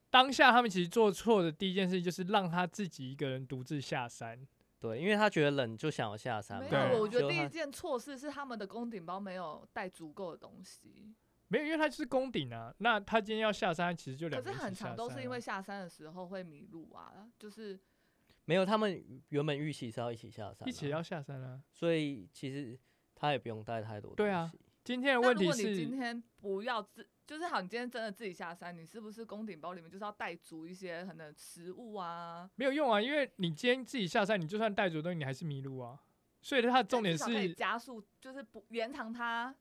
S4: 当下他们其实做错的第一件事就是让他自己一个人独自下山。
S3: 对，因为他觉得冷就想要下山嘛。
S2: 没
S4: 对
S2: 有，我觉
S3: 就
S2: 得第一
S3: 他
S2: 件错事是他们的攻顶包没有带足够的东西，
S4: 没有，因为他就是攻顶啊。那他今天要下山，其实就
S2: 可
S4: 两
S2: 是
S4: 个人一
S2: 很
S4: 起下
S2: 长都是
S4: 山
S2: 因
S4: 啊
S2: 为下山的时候会迷路啊，就是
S3: 没有，他们原本预期是要一起下山，
S4: 一起要，下山啊。
S3: 所以其实他也不用带太多。
S4: 对啊，今天的
S2: 那
S4: 问
S2: 如
S4: 题
S2: 果你今
S4: 是，
S2: 天不要自，就是好，你今天真的自己下山，你是不是宫顶包里面就是要带足一些可能食物啊？
S4: 没有用啊，因为你今天自己下山，你就算带着东西，你还是迷路啊。所以他的重
S2: 但
S4: 点
S2: 至少可以
S4: 是，
S2: 加速，就是不延长它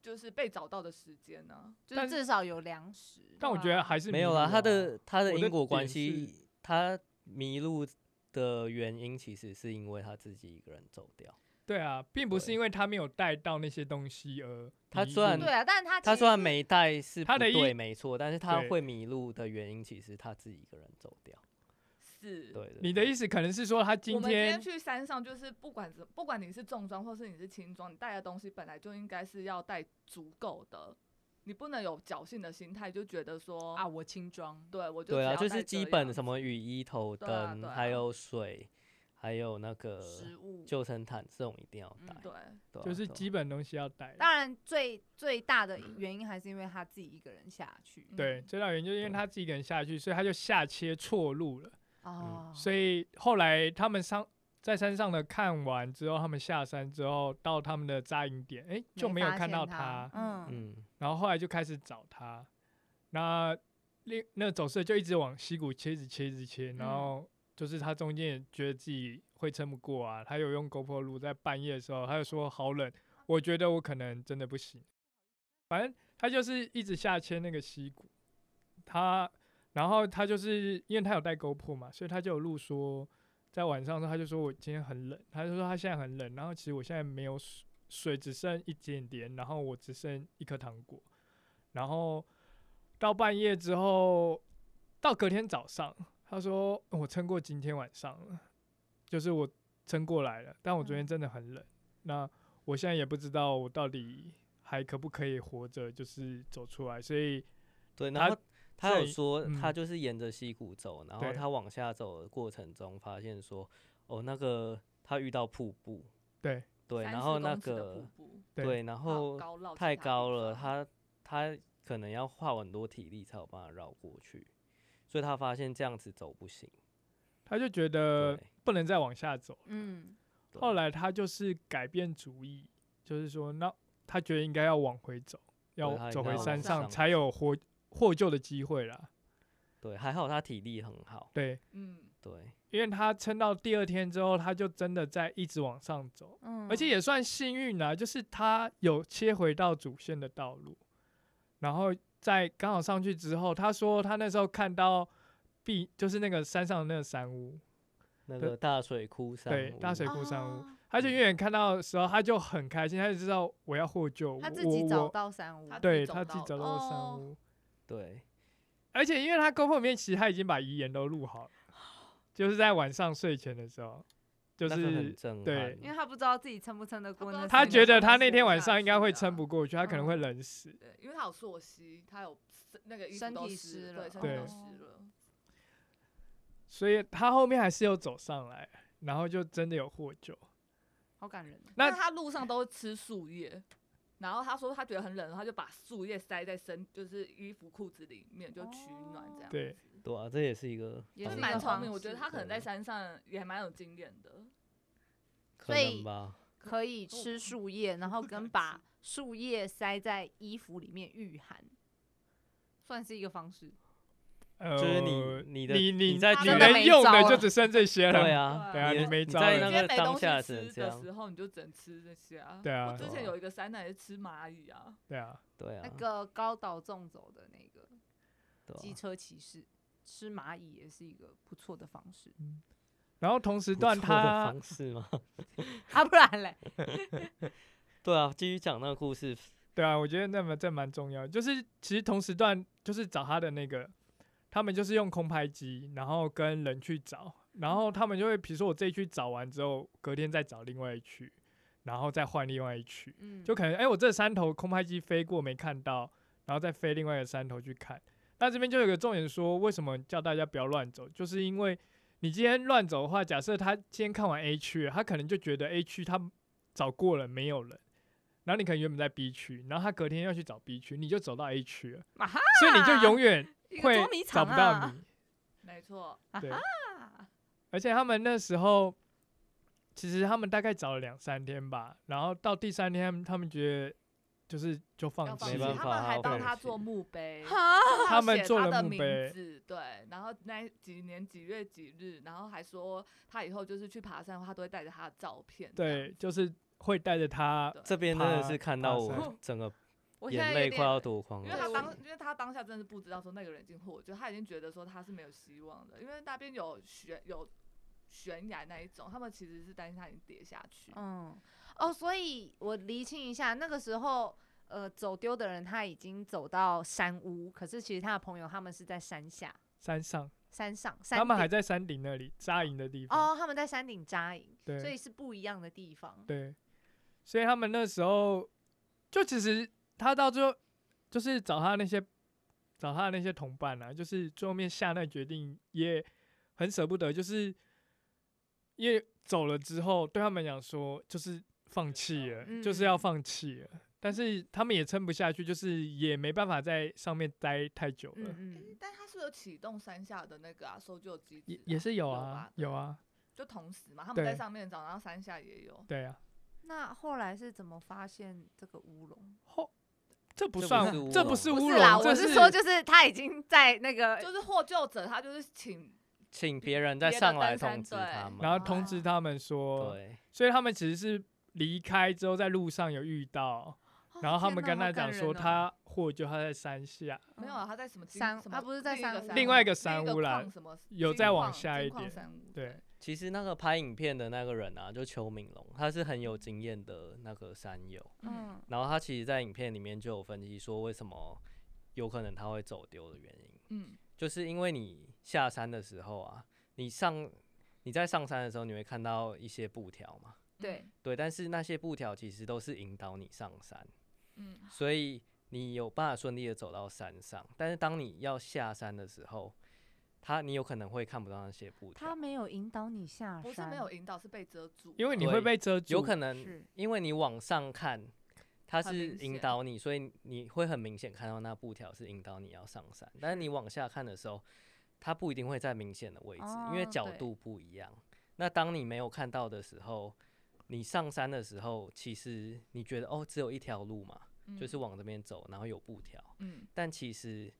S2: 就是被找到的时间啊呢、
S5: 就是
S4: 但
S5: 至少有粮食。
S4: 但我觉得还是
S3: 没
S4: 迷
S3: 有
S4: 路啊。
S3: 啦，他的他的
S4: 我
S3: 因
S4: 的
S3: 果关
S4: 点是
S3: 系，他迷路的原因其实是因为他自己一个人走掉。
S4: 对啊，并不是
S3: 对
S4: 因为他没有带到那些东西而
S3: 他
S4: 迷
S3: 虽然
S4: 路
S5: 对啊，但是他
S3: 他
S5: 其
S3: 虽然
S5: 实
S3: 没带是
S4: 他
S3: 不
S4: 的
S3: 对，
S4: 一
S3: 没错，但是他
S4: 对
S3: 会迷路的原因其实他自己一个人走掉。
S2: 是，
S3: 对对，
S4: 你的意思可能是说他
S2: 我
S4: 今
S2: 们今天
S4: 天
S2: 去山上，就是不管怎，不管你是重装或是你是轻装，你带的东西本来就应该是要带足够的，你不能有侥幸的心态，就觉得说
S5: 啊，
S2: 啊，
S5: 我轻装，
S2: 对我就
S3: 对啊，
S2: 只要
S3: 就是
S2: 带
S3: 基
S2: 这
S3: 本
S2: 样
S3: 什
S2: 子
S3: 么雨衣、头
S2: 对啊
S3: 灯，
S2: 对
S3: 还
S2: 啊
S3: 有水，还有那个
S5: 食物。
S3: 救生毯这种一定要
S5: 嗯
S3: 带。
S2: 对，
S3: 对啊
S4: 就是
S3: 对啊
S4: 基本东西要带。
S5: 当然最最大的原因还是因为他自己一个人下去
S4: 对，
S2: 嗯
S4: 最大原因就是因为
S3: 对
S4: 他自己一个人下去，所以他就下切错路了。
S5: 哦，
S4: 所以后来他们上在山上的看完之后，他们下山之后到他们的扎营点，哎、就没有
S5: 发
S4: 看
S5: 现
S4: 到
S5: 他
S4: 他，，
S5: 嗯，
S3: 嗯，
S4: 然后后来就开始找他。那另那走势就一直往溪谷切，一直切，一直切，
S5: 嗯
S4: 然后就是他中间也觉得自己会撑不过啊，他有用 GoPro 录，在半夜的时候，他就说好冷，我觉得我可能真的不行。反正他就是一直下切那个溪谷，他然后他就是因为他有带 GoPro 嘛，所以他就有录说，在晚上的时候他就说我今天很冷，他就说他现在很冷，然后其实我现在没有水，水只剩一点点，然后我只剩一颗糖果，然后到半夜之后，到隔天早上，他说我撑过今天晚上了，就是我撑过来了，但我昨天真的很冷，那我现在也不知道我到底还可不可以活着，就是走出来，所以
S3: 对。
S4: 他
S3: 然后他有
S4: 在
S3: 说，他
S4: 嗯
S3: 就是沿着溪谷走，然后
S4: 对
S3: 他往下走的过程中发现说，哦，那个他遇到瀑布，
S4: 对
S3: 对，
S2: 30
S3: 然后那
S2: 公尺的
S3: 个
S2: 瀑布
S4: 对
S3: 对，然后
S2: 高绕其
S3: 太
S2: 他地
S3: 高了，
S2: 方
S3: 他他可能要花很多体力才有办法绕过去，所以他发现这样子走不行。
S4: 他就觉得
S3: 对
S4: 不能再往下走了
S5: 嗯，
S3: 对
S4: 呃后来他就是改变主意，就是说，那他觉得应该要往回走，
S3: 他
S4: 要
S3: 应
S4: 走
S3: 该
S4: 回
S3: 要
S4: 山
S3: 往
S4: 上
S3: 上
S4: 才有获获救的机会啦。
S3: 对，还好他体力很好，
S4: 对，
S2: 嗯，
S3: 对，
S4: 因为他撑到第二天之后，他就真的在一直往上走，
S5: 嗯
S4: 而且也算幸运啦、就是他有切回到主线的道路，然后在刚好上去之后，他说他那时候看到壁，就是那个山上的那个山屋，
S3: 那
S4: 对
S3: 个大水窟山
S4: 对
S3: 屋，
S4: 大水库山屋，
S5: 哦
S2: 啊
S4: 他
S3: 嗯
S4: 就远远看到的时候，他就很开心，他就知道我要获救，我
S5: 他自己找
S4: 我
S5: 到山屋，
S2: 他自
S4: 对
S2: 己走
S4: 他自己
S2: 到
S4: 找
S2: 的
S4: 到山
S5: 哦
S4: 屋，
S3: 对，
S4: 而且因为他功课里面其实他已经把遗言都录好了，就是在晚上睡前的时候，就
S3: 那个很
S4: 是
S3: 震
S4: 对
S3: 撼
S5: 因为他不知道自己撑不撑得过
S2: 不知
S5: 那
S2: 道
S5: 山。
S4: 他
S2: 自己
S4: 觉
S2: 能
S4: 得
S2: 不
S4: 他
S2: 能
S4: 那
S2: 撑
S4: 天晚
S2: 下
S4: 上应该
S2: 去
S4: 会
S2: 啊
S4: 撑不过去，他可能会冷死。
S2: 对，因为他有溯溪，他有湿那个衣服
S5: 身
S2: 都
S5: 体
S2: 湿
S5: 湿
S2: 对，
S5: 了
S2: 身体
S4: 对
S2: 都湿了。
S4: 所以他后面还是有走上来，然后就真的有获救。
S5: 好感人哦。
S4: 那
S2: 那他路上都会吃树叶，然后他说他觉得很冷，他就把树叶塞在身，就是衣服裤子里面就取暖这样子。
S4: 对
S3: 对啊，这也是一个
S5: 也是一
S2: 是
S3: 方法
S5: 个
S2: 蛮聪
S5: 方
S2: 明，我觉得
S5: 式
S2: 他可能在
S3: 对
S2: 山上也蛮有经验的。
S3: 可
S5: 所以
S3: 能吧。
S5: 可以
S2: 跟我
S5: 吃
S2: 不
S5: 树叶，然后
S2: 不
S5: 跟
S2: 敢
S5: 把
S2: 吃
S5: 树叶塞在衣服里面御寒，算是一个方式。
S4: 呃，
S3: 就是你你的
S4: 你你
S3: 在
S2: 他
S4: 你
S2: 真的
S4: 能
S5: 没
S4: 用
S5: 招
S4: 的就
S5: 了
S4: 只剩这些了。
S3: 对啊，
S2: 对啊
S3: 你
S4: 你
S3: 的
S4: 没
S3: 你
S4: 招
S3: 在
S4: 了
S3: 那
S2: 今
S3: 个
S2: 天没
S3: 当
S2: 东
S3: 下
S2: 西
S3: 只能
S2: 吃
S3: 这
S2: 的
S3: 样
S2: 时，候，你就只能吃这些啊。
S4: 对啊
S2: 我之前有一个山奶是吃蚂蚁啊，
S4: 对啊，
S3: 对啊
S5: 那，个高岛纵走的那个
S3: 对啊
S5: 机车骑士吃蚂蚁也是一个不错的方式
S4: 然后同时
S3: 不
S4: 段
S3: 错的
S4: 他
S3: 方式吗？
S5: 啊，不然嘞，
S3: 对啊，继续讲那个故事，
S4: 对啊，我觉得那么这蛮重要的，就是其实同时段就是找他的那个，他们就是用空拍机，然后跟人去找，然后他们就会比如说我这一区找完之后，隔天再找另外一区，然后再换另外一区，
S5: 嗯，
S4: 就可能哎、诶我这山头空拍机飞过没看到，然后再飞另外一个山头去看。那这边就有个重点说，为什么叫大家不要乱走，就是因为你今天乱走的话，假设他今天看完 A 区了，他可能就觉得 A 区他找过了没有人，然后你可能原本在 B 区，然后他隔天要去找 B 区，你就走到 A 区了，
S5: 啊哈，
S4: 所以你就永远
S5: 一个
S4: 会
S5: 捉迷
S4: 找
S5: 藏
S4: 不到
S5: 啊
S4: 你。
S2: 没错，
S4: 对，
S5: 啊，
S4: 而且他们那时候，其实他们大概找了两三天吧，然后到第三天，他们他们觉得就是就
S2: 要
S4: 放
S2: 放
S4: 弃
S2: 弃
S3: 没办
S4: 了
S2: 他
S3: 法。
S2: 们还
S3: 好
S2: 帮
S3: 可
S2: 他
S3: 惜
S2: 做墓碑，
S5: 哈，
S4: 他们
S2: 写
S4: 做了
S2: 的
S4: 墓
S2: 名
S4: 碑
S2: 字，对，然后那几年几月几日，然后还说他以后就是去爬山的话，他都会带着他的照片这样
S4: 对
S2: 子。，
S4: 就是会带着他，
S2: 对
S3: 这边真的
S4: 爬
S3: 是看
S4: 爬
S3: 到我
S4: 山
S3: 整个
S2: 哦我现在
S3: 眼
S2: 有
S3: 泪
S2: 点
S3: 快要夺眶
S2: 因为他
S3: 了。
S5: 对
S2: 当
S5: 我，
S2: 因为他当下真的不知道说那个人已经获救，他已经觉得说他是没有希望的，因为那边有悬有悬崖那一种，他们其实是担心他已经跌下去。
S5: 嗯，哦，所以我厘清一下，那个时候。呃，走丢的人他已经走到山屋，可是其实他的朋友他们是在山下、
S4: 山上，
S5: 山上、山
S4: 他们还
S5: 顶
S4: 在山顶那里扎营的地方，
S5: 哦，他们在山顶扎营，所
S4: 对
S5: 以是不一样的地方。
S4: 对，所以他们那时候就其实他到最后就是找他那些找他的那些同伴啊，就是最后面下那决定也很舍不得，就是因为走了之后对他们讲说就是放弃了，就是要
S5: 嗯
S4: 放弃了，但是他们也撑不下去，就是也没办法在上面待太久了。
S5: 嗯嗯
S2: 诶，但他是不是有启动山下的那个啊搜救机制、
S4: 也
S2: 啊，
S4: 也是有
S2: 有
S4: 啊
S2: 吧，
S4: 有啊，
S2: 就同时嘛，他们在
S4: 对
S2: 上面找，然后山下也有。
S4: 对啊，
S5: 那后来是怎么发现这个乌龙？
S4: 这
S3: 这不
S4: 不算
S3: 是，乌
S4: 这不
S3: 龙啊
S4: 是
S5: 不
S4: 乌
S5: 是啦，
S4: 龙，
S5: 我
S4: 这
S5: 是说就是他已经在那个
S2: 就是获救者，他就是请
S3: 请别人再
S2: 别的
S3: 上来
S2: 登山
S3: 通知
S2: 队
S3: 他们。
S4: 然后通知
S5: 哦
S4: 他们说，
S3: 对，
S4: 所以他们其实是离开之后在路上有遇
S5: 哦
S4: 到，然后他们跟他讲说，
S5: 嗯
S4: 他获救，他在山下，
S2: 没有啊，他在什么金
S5: 山
S2: 什
S5: 他
S2: 么
S5: 不是在
S2: 另一个
S5: 山屋
S2: 山
S4: 另外一
S2: 屋
S4: 个山屋啦
S2: 矿什么
S4: 有
S2: 金
S4: 再往
S2: 矿
S4: 下
S2: 金
S4: 一
S2: 矿
S4: 点
S2: 山屋
S4: 对，
S3: 其实那个拍影片的那个人啊，就邱敏龙，他是很有经验的那个山友。
S2: 嗯，
S5: 嗯
S3: 然后他其实，在影片里面就有分析说，为什么有可能他会走丢的原因，
S2: 嗯，
S3: 就是因为你下山的时候啊，你上你在上山的时候，你会看到一些布条嘛，
S5: 对
S3: 对，但是那些布条其实都是引导你上山，
S2: 嗯，嗯，
S3: 所以你有办法顺利的走到山上。但是当你要下山的时候，他你有可能会看不到那些布
S5: 他
S3: 条，
S5: 没有引导你下山，
S2: 不是没有引导，是被遮住，
S4: 因为你会
S3: 对
S4: 被遮住，
S3: 有可能
S5: 是
S3: 因为你往上看，它
S2: 很
S3: 是
S2: 明
S3: 引
S2: 显
S3: 导你，所以你会很明显看到那布条是引导你要上山，但是你往下看的时候，它不一定会在明显的位置，因为
S5: 哦
S3: 角
S5: 对
S3: 度不一样。那当你没有看到的时候，你上山的时候，其实你觉得哦，只有一条路嘛，
S2: 嗯
S3: 就是往这边走，然后有布条，
S2: 嗯
S3: 但其实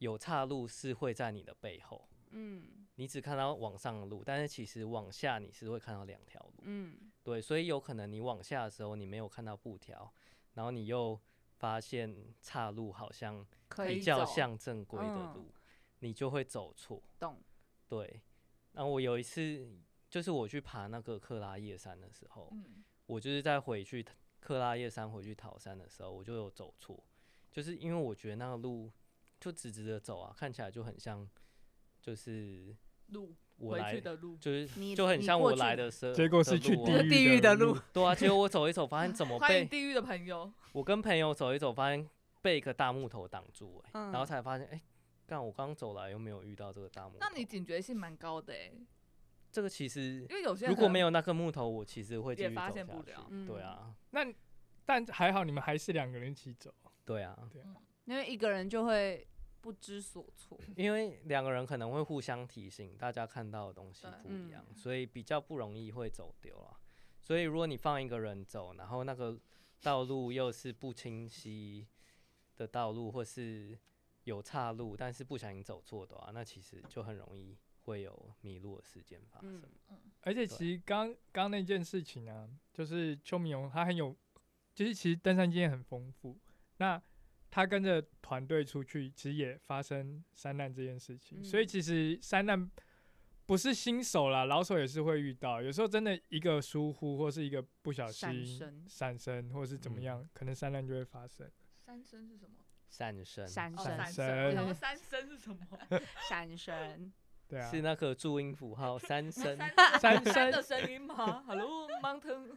S3: 有岔路是会在你的背后，
S5: 嗯
S3: 你只看到往上的路，但是其实往下你是会看到两条路。
S5: 嗯
S3: 对，所以有可能你往下的时候，你没有看到布条，然后你又发现岔路好像
S5: 可
S3: 比
S5: 以
S3: 较
S5: 走
S3: 像正规的
S5: 嗯
S3: 路，你就会走错。
S5: 懂，
S3: 对，那我有一次就是我去爬那个克拉叶山的时候，
S2: 嗯，
S3: 我就是在回去克拉叶山回去桃山的时候，我就有走错，就是因为我觉得那个路就直直的走啊，看起来就很像就是
S2: 路
S3: 我
S2: 回
S3: 来
S2: 去的路，
S3: 就是
S5: 你
S3: 就很
S5: 你
S3: 像
S5: 过
S3: 我
S5: 去
S3: 来
S5: 的
S3: 的时候，
S4: 结果是去
S3: 路
S4: 地
S3: 啊
S5: 狱地狱的
S4: 路
S5: 路，
S3: 对啊，结果我走一走，发现怎 么
S2: 欢
S3: 被
S2: 迎地狱的朋友，
S3: 我跟朋友走一走，发现被一个大木头挡住、欸，
S2: 嗯
S3: 然后才发现，哎、干我刚走来又没有遇到这个大木头。
S2: 那你警觉性蛮高的哎，
S3: 这个其实
S2: 因为有些人
S3: 如果没
S2: 有，
S3: 有那个木头，我其实会继
S2: 也
S3: 续
S2: 发
S3: 走
S2: 现
S3: 下
S2: 不
S3: 去
S2: 了
S3: 对
S5: 嗯
S3: 啊，
S4: 那但还好你们还是两个人一起走，
S3: 对啊，
S5: 因为一个人就会不知所措。
S3: 因为两个人可能会互相提醒，大家看到的东西
S2: 对
S3: 不一
S5: 嗯
S3: 样，所以比较不容易会走丢啦。所以如果你放一个人走，然后那个道路又是不清晰的道路，或是有岔路，但是不小心走错的话，那其实就很容易会有迷路的事件发生。
S5: 嗯
S4: 而
S3: 对
S4: 且其实刚刚那件事情啊，就是邱明勇他很有，就是其实登山经验很丰富。那他跟着团队出去，其实也发生山难这件事情，所以
S5: 嗯
S4: 其实山难不是新手啦，老手也是会遇到。有时候真的一个疏忽或是一个不小
S5: 闪
S4: 心
S5: 身
S4: 闪身，或是怎么
S3: 嗯
S4: 样，可能山难就会发生。
S2: 三声是什么？
S3: 闪身
S5: 闪
S2: 哦，
S5: 神
S2: 三
S4: 神
S2: 声，我想说三声是什么？
S5: 闪神，
S4: 对啊，
S3: 是那个注音符号三声，
S4: 山
S2: 三
S4: 山
S2: 山的声音吗？Hello mountain，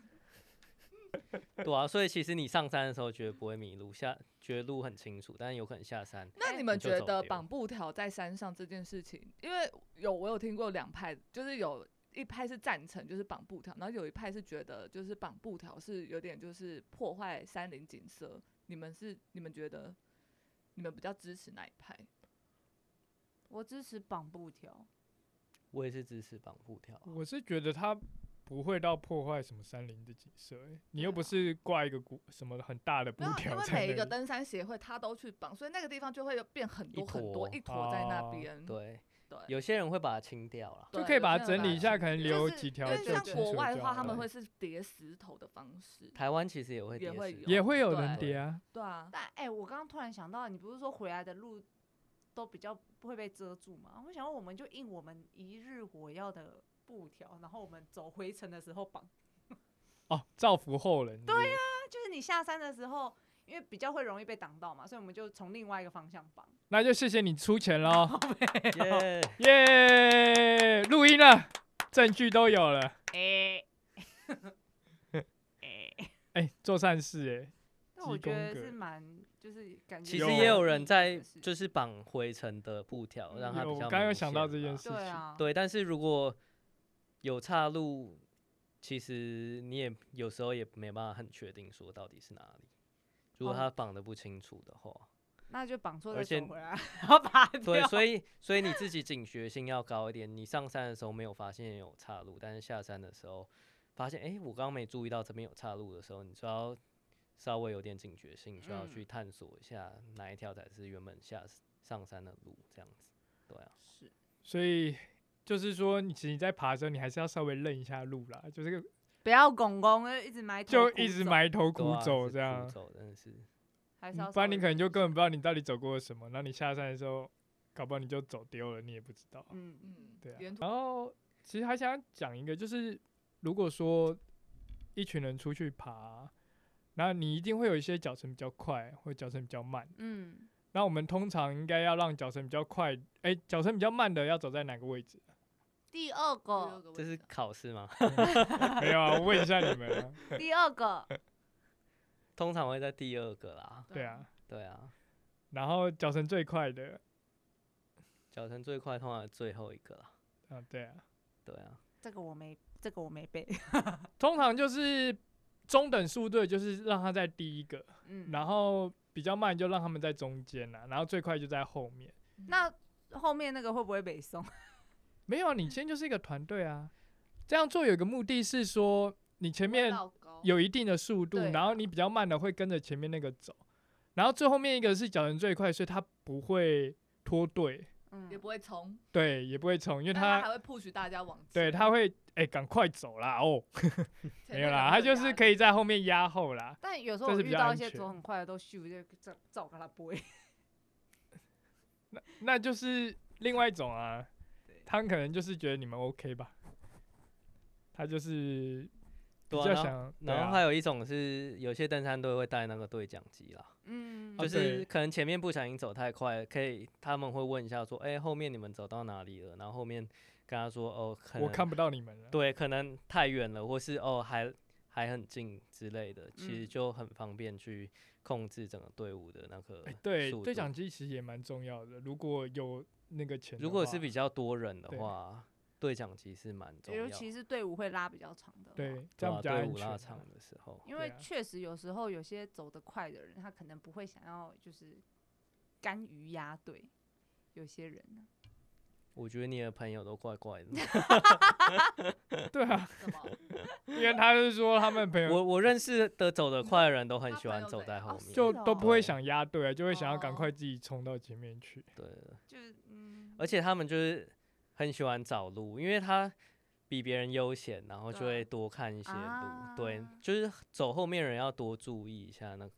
S3: 对啊，所以其实你上山的时候绝对不会迷路，下觉得路很清楚，但是有可能下山，
S2: 那
S5: 哎
S2: 你们
S3: 你就
S2: 觉
S3: 走
S2: 得
S3: 丢
S2: 绑布条在山上这件事情，因为有我有听过两派，就是有一派是赞成就是绑布条，然后有一派是觉得就是绑布条是有点就是破坏山林景色。你们是你们觉得你们比较支持哪一派？
S5: 我支持绑布条。
S3: 我也是支持绑布条啊。
S4: 我是觉得他不会到破坏什么山林的景色、欸，你又不是挂一个古什么很大的布
S2: 没有，啊因
S4: 条
S2: 为
S4: 在
S2: 每一
S4: 那
S2: 个
S4: 里。
S2: 登山协会他都去绑，所以那个地方就会有变很多很多
S3: 坨
S2: 一坨在那
S4: 哦
S2: 边。
S3: 对，
S2: 嗯对，
S3: 有些人会把它清掉了。
S4: 就
S2: 对
S4: 可以把它
S2: 有些人
S4: 整理一
S2: 把
S4: 下，
S2: 它
S4: 可能
S5: 就
S4: 留
S5: 是
S4: 几
S2: 因
S4: 条
S2: 为
S4: 最
S2: 像
S4: 清
S2: 国
S4: 楚
S2: 外的
S4: 就哎
S2: 话，
S4: 好
S2: 他们
S4: 了
S2: 会是叠石头的方式。
S3: 台湾其实也会
S2: 也
S3: 跌
S2: 会
S3: 死
S2: 有
S4: 也会有
S2: 对
S4: 人叠啊，
S2: 对啊，
S5: 但哎、我刚刚突然想到，你不是说回来的路都比较不会被遮住吗？我想说我们就印我们一日火药的布条，然后我们走回程的时候绑。
S4: 哦，造福后人。对
S2: 啊
S4: 呀，
S5: 那就是你下山的时候，因为比较会容易被挡到嘛，所以我们就从另外一个方向绑。
S4: 那就谢谢你出钱喽，
S3: 耶！
S4: 耶！录音了，证据都有了。
S5: 哎、
S4: 哎，做善事
S5: 但我
S4: 鸡
S5: 觉
S4: 公
S5: 得
S4: 格
S5: 是蛮就是感觉
S3: 其
S4: 有
S3: 实
S5: 是
S3: 也有
S5: 有意
S3: 人
S5: 义
S3: 在
S5: 的事
S3: 就是绑灰尘的布条，
S5: 嗯
S3: 让
S4: 哎，
S3: 它比较
S4: 有我
S3: 明
S4: 刚刚有想到这
S3: 显
S4: 件
S3: 啦
S4: 事
S5: 对
S4: 情，
S5: 啊，
S3: 对，但是如果有岔路，其实你也有时候也没办法很确定说到底是哪里。如果
S5: 哦
S3: 它绑的不清楚的话，
S5: 那就绑错
S3: 而
S5: 再
S3: 且
S5: 走回来， 然后把它
S3: 对，
S5: 掉
S3: 所以所以你自己警觉性要高一点。你上山的时候没有发现有岔路，但是下山的时候发现，哎、我刚刚没注意到这边有岔路的时候，你就要稍微有点警觉性，就要
S4: 嗯
S3: 去探索一下哪一条才是原本下上山的路，这样子。对啊，
S5: 是
S4: 所以就是说，你其实你在爬的时候，你还是要稍微认一下路啦，就是
S5: 不要拱拱，就一直埋头
S4: 就
S5: 苦
S4: 一直
S5: 走，
S4: 埋头
S3: 对
S4: 苦
S3: 啊
S4: 走
S3: 是
S4: 这样
S3: 苦。走真的是
S5: 还是
S4: 嗯
S5: 要
S4: 不
S5: 稍
S4: 然你
S5: 微
S4: 可能就
S5: 注意
S4: 根本不知道你到底走过了什么，那你下山的时候，搞不好你就走丢了，你也不知道。
S5: 嗯
S2: 嗯，
S4: 对啊
S2: 沿途
S4: 然后其实还想讲一个，就是如果说一群人出去爬，那你一定会有一些脚程比较快，或脚程比较慢。
S5: 嗯，
S4: 那我们通常应该要让脚程比较快，哎、脚程比较慢的要走在哪个位置？
S5: 第二
S2: 第二
S5: 个
S2: 个
S3: 哦这
S2: 位
S3: 是
S2: 置啊
S3: 考试吗？
S4: 没有啊，我问一下你们啊、
S5: 第二个
S3: 通常会在第二个啦。
S4: 对啊，
S3: 对啊，
S4: 然后脚程最快的，
S3: 脚程最快，通常最后一个啦。
S4: 啊，对啊，
S3: 对啊，
S5: 这个我没，这个我没背。
S4: 通常就是中等速度，就是让他在第一个，
S5: 嗯，
S4: 然后比较慢就让他们在中间啊啦、然后最快就在后面。
S5: 那后面那个会不会北宋？
S4: 没有啊，你今天就是一个团队啊。这样做有一个目的是说，你前 面
S2: 绕高
S4: 有一定的速度，
S5: 对
S4: 然后你比较慢的会跟着前面那个走，然后最后面一个是脚程最快，所以他不会脱队，
S5: 嗯
S2: 也不会冲，
S4: 对，也不会冲，因为
S2: 但他还
S4: 他
S2: 会 push 大家往前。
S4: 对他会哎赶、快走啦哦，
S2: 前
S4: 没
S2: 面
S4: 有啦，
S2: 两
S4: 他
S2: 个
S4: 就是
S2: 压
S4: 可以在后面压后啦。
S5: 但有时候
S4: 这
S5: 我
S4: 是比
S5: 遇
S4: 较
S5: 到
S4: 安
S5: 一些
S4: 全
S5: 走很快的都咻就照照跟他播，
S4: 那就是另外一种啊
S3: 对，
S4: 他可能就是觉得你们 OK 吧，他就是比
S3: 对啊
S4: 较
S3: 然后
S4: 想，对
S3: 然后
S4: 啊
S3: 还有一种是有些登山队会带那个对讲机啦，
S5: 嗯，
S4: 哦
S3: 就是
S4: 对
S3: 可能前面不小心走太快，可以他们会问一下说，哎、后面你们走到哪里了？然后后面跟他说，哦，可能
S4: 我看不到你们了。
S3: 对，可能太远了，或是哦还还很近之类的，其实
S5: 嗯
S3: 就很方便去控制整个队伍的那个
S4: 哎对
S3: 速，
S4: 对
S3: 度
S4: 讲机其实也蛮重要的，如果有那个钱的话，
S3: 如果是比较多人的
S4: 对
S3: 话，对讲机是蛮重要
S5: 尤
S3: 的，
S5: 其是队伍会拉比较长的，
S4: 对，
S3: 对
S4: 这样
S3: 啊
S4: 比较
S3: 队
S4: 安
S3: 伍
S4: 全
S3: 拉
S4: 啊。
S3: 长的时候，
S5: 因
S4: 对
S5: 为
S4: 啊
S5: 确实有时候有些走得快的人，他可能不会想要就是甘于压队。有些人呢，
S3: 我觉得你的朋友都怪怪 的。
S4: 对啊，
S2: 什 么？
S4: 因为他是说他们朋友
S3: 我我认识的走得快的人都很
S2: 他
S3: 喜
S2: 朋
S3: 欢
S2: 友
S3: 走
S2: 怎
S3: 在
S2: 样
S3: 后
S5: 哦
S3: 面，
S4: 就
S5: 的
S4: 都不会
S3: 哦
S4: 想压队啊，就会想要赶
S2: 哦
S4: 快自己冲到前面去。
S3: 对的，
S5: 就是嗯，
S3: 而且他们就是很喜欢找路，因为他比别人悠闲，然后就
S2: 对
S3: 会多看一些路。对
S5: 啊，
S3: 就是走后面人要多注意一下那
S2: 对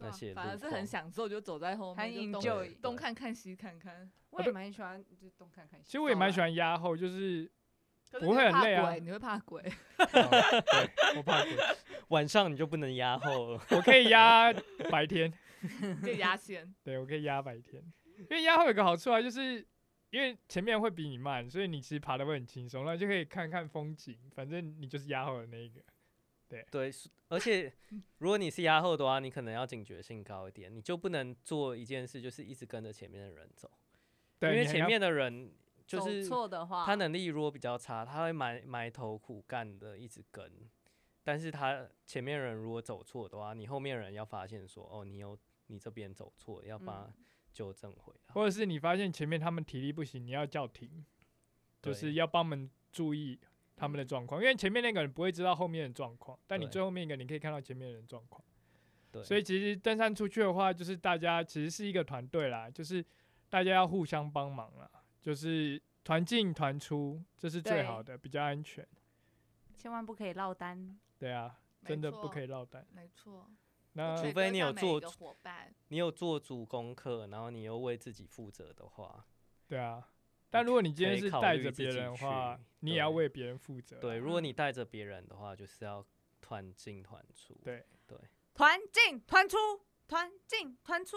S3: 那
S2: 啊
S3: 些路
S2: 反而是
S3: 况
S2: 很享受，就走在后
S5: 很
S2: 面，就东
S5: enjoy
S2: 东看看西看看。
S5: 我
S4: 啊
S5: 也
S4: 对
S5: 蛮喜欢，就东看看西。
S4: 其实我也蛮喜
S5: 欢，
S4: 欢压 后，就是
S2: 可是
S4: 不
S2: 你
S4: 会很
S2: 怕
S4: 累啊
S2: 鬼你会怕鬼？
S4: 哦对我怕鬼，
S3: 晚上你就不能压后 了。
S4: 我可以压白天，
S2: 就压线。
S4: 对我可以压白天，因为压后有个好处啊，就是因为前面会比你慢，所以你其实爬的会很轻松，然后就可以看看风景，反正你就是压后的那一个。
S3: 对，是而且如果你是压后的话，你可能要警觉性高一点，你就不能做一件事，就是一直跟着前面的人走，因
S4: 对，
S3: 为
S4: 你还
S3: 前
S4: 要
S3: 面的人就
S5: 走
S3: 是
S5: 错的话，
S3: 他能力如果比较差，他会埋埋头苦干的一直跟，但是他前面人如果走错的话，你后面人要发现说，哦，你有你这边走错，要把
S5: 嗯
S3: 它纠正回来。
S4: 或者是你发现前面他们体力不行，你要叫停，
S3: 对
S4: 就是要帮忙注意他们的状况，因为前面那个人不会知道后面的状况，但你
S3: 对
S4: 最后面一个你可以看到前面的人状况。
S3: 对，
S4: 所以其实登山出去的话，就是大家其实是一个团队啦，就是大家要互相帮忙啦，就是团进团出，这是最
S5: 对
S4: 好的，比较安全。
S5: 千万不可以落单。
S4: 对啊，
S2: 没
S4: 真的不
S2: 错
S4: 可以落单。
S2: 没错，
S4: 那
S3: 除非你有做
S2: 的伙伴，
S3: 你有做足功课，然后你又为自己负责的话，
S4: 对啊，但如果你今
S3: 可
S4: 天
S3: 以
S4: 是
S3: 考
S4: 带
S3: 虑
S4: 着
S3: 自
S4: 别
S3: 己
S4: 人的话
S3: 去，
S4: 你也要
S3: 对
S4: 为别人负责。
S3: 对，如果你带着别人的话，就是要团进团出。
S4: 对
S5: 团进团出，团进团出。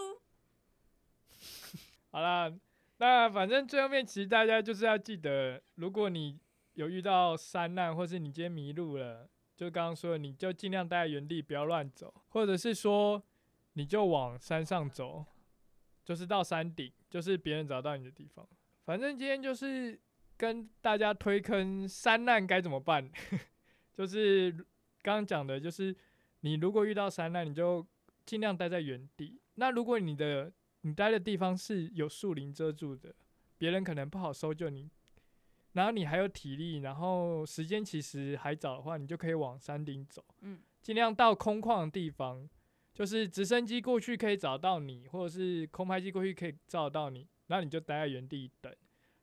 S4: 好啦，那反正最后面其实大家就是要记得，如果你有遇到山难，或是你今天迷路了，就刚刚说的，你就尽量待在原地，不要乱走，或者是说你就往山上走，就是到山顶，就是别人找到你的地方。反正今天就是跟大家推坑山难该怎么办， 就是刚刚讲的，就是你如果遇到山难，你就尽量待在原地。那如果你的你待的地方是有树林遮住的，别人可能不好搜救你。然后你还有体力，然后时间其实还早的话，你就可以往山顶走，
S5: 嗯，
S4: 尽量到空旷的地方，就是直升机过去可以找到你，或者是空拍机过去可以照到你，然后你就待在原地等，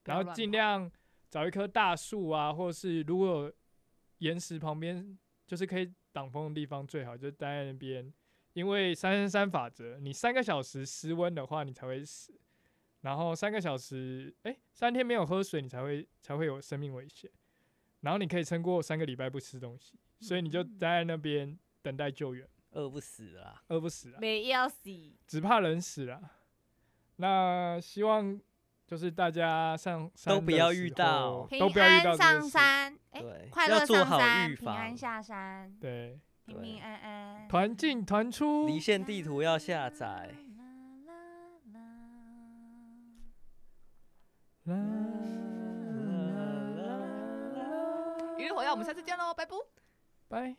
S5: 不
S4: 然
S5: 要
S4: 后
S5: 乱
S4: 尽
S5: 跑
S4: 量找一棵大树啊，或是如果有岩石旁边就是可以挡风的地方，最好就待在那边，因为三三三法则，你三个小时失温的话，你才会死。然后三个小时，哎，三天没有喝水，你才会才会有生命危险。然后你可以撑过三个礼拜不吃东西，所以你就
S5: 嗯
S4: 待在那边等待救援，
S3: 饿不死啦。
S4: 饿不死啊，
S5: 没要死。
S4: 只怕人死啊。那希望就是大家上山
S3: 都不
S4: 的
S3: 要
S4: 时
S3: 遇到
S4: 候
S5: 平
S4: 都不要遇
S5: 安
S4: 到这
S5: 上
S4: 些事，
S5: 山，哎，
S3: 对，
S5: 快
S3: 要
S5: 乐
S3: 做
S5: 上
S3: 好
S5: 山，
S3: 预
S5: 平安
S3: 防。
S5: 下山，
S4: 对，
S5: 平平安安。
S4: 团进团出，
S3: 离线地图要下载。
S4: 啦
S3: 啦啦啦
S2: 一日火药，我们下次见喽，拜拜。
S4: 拜。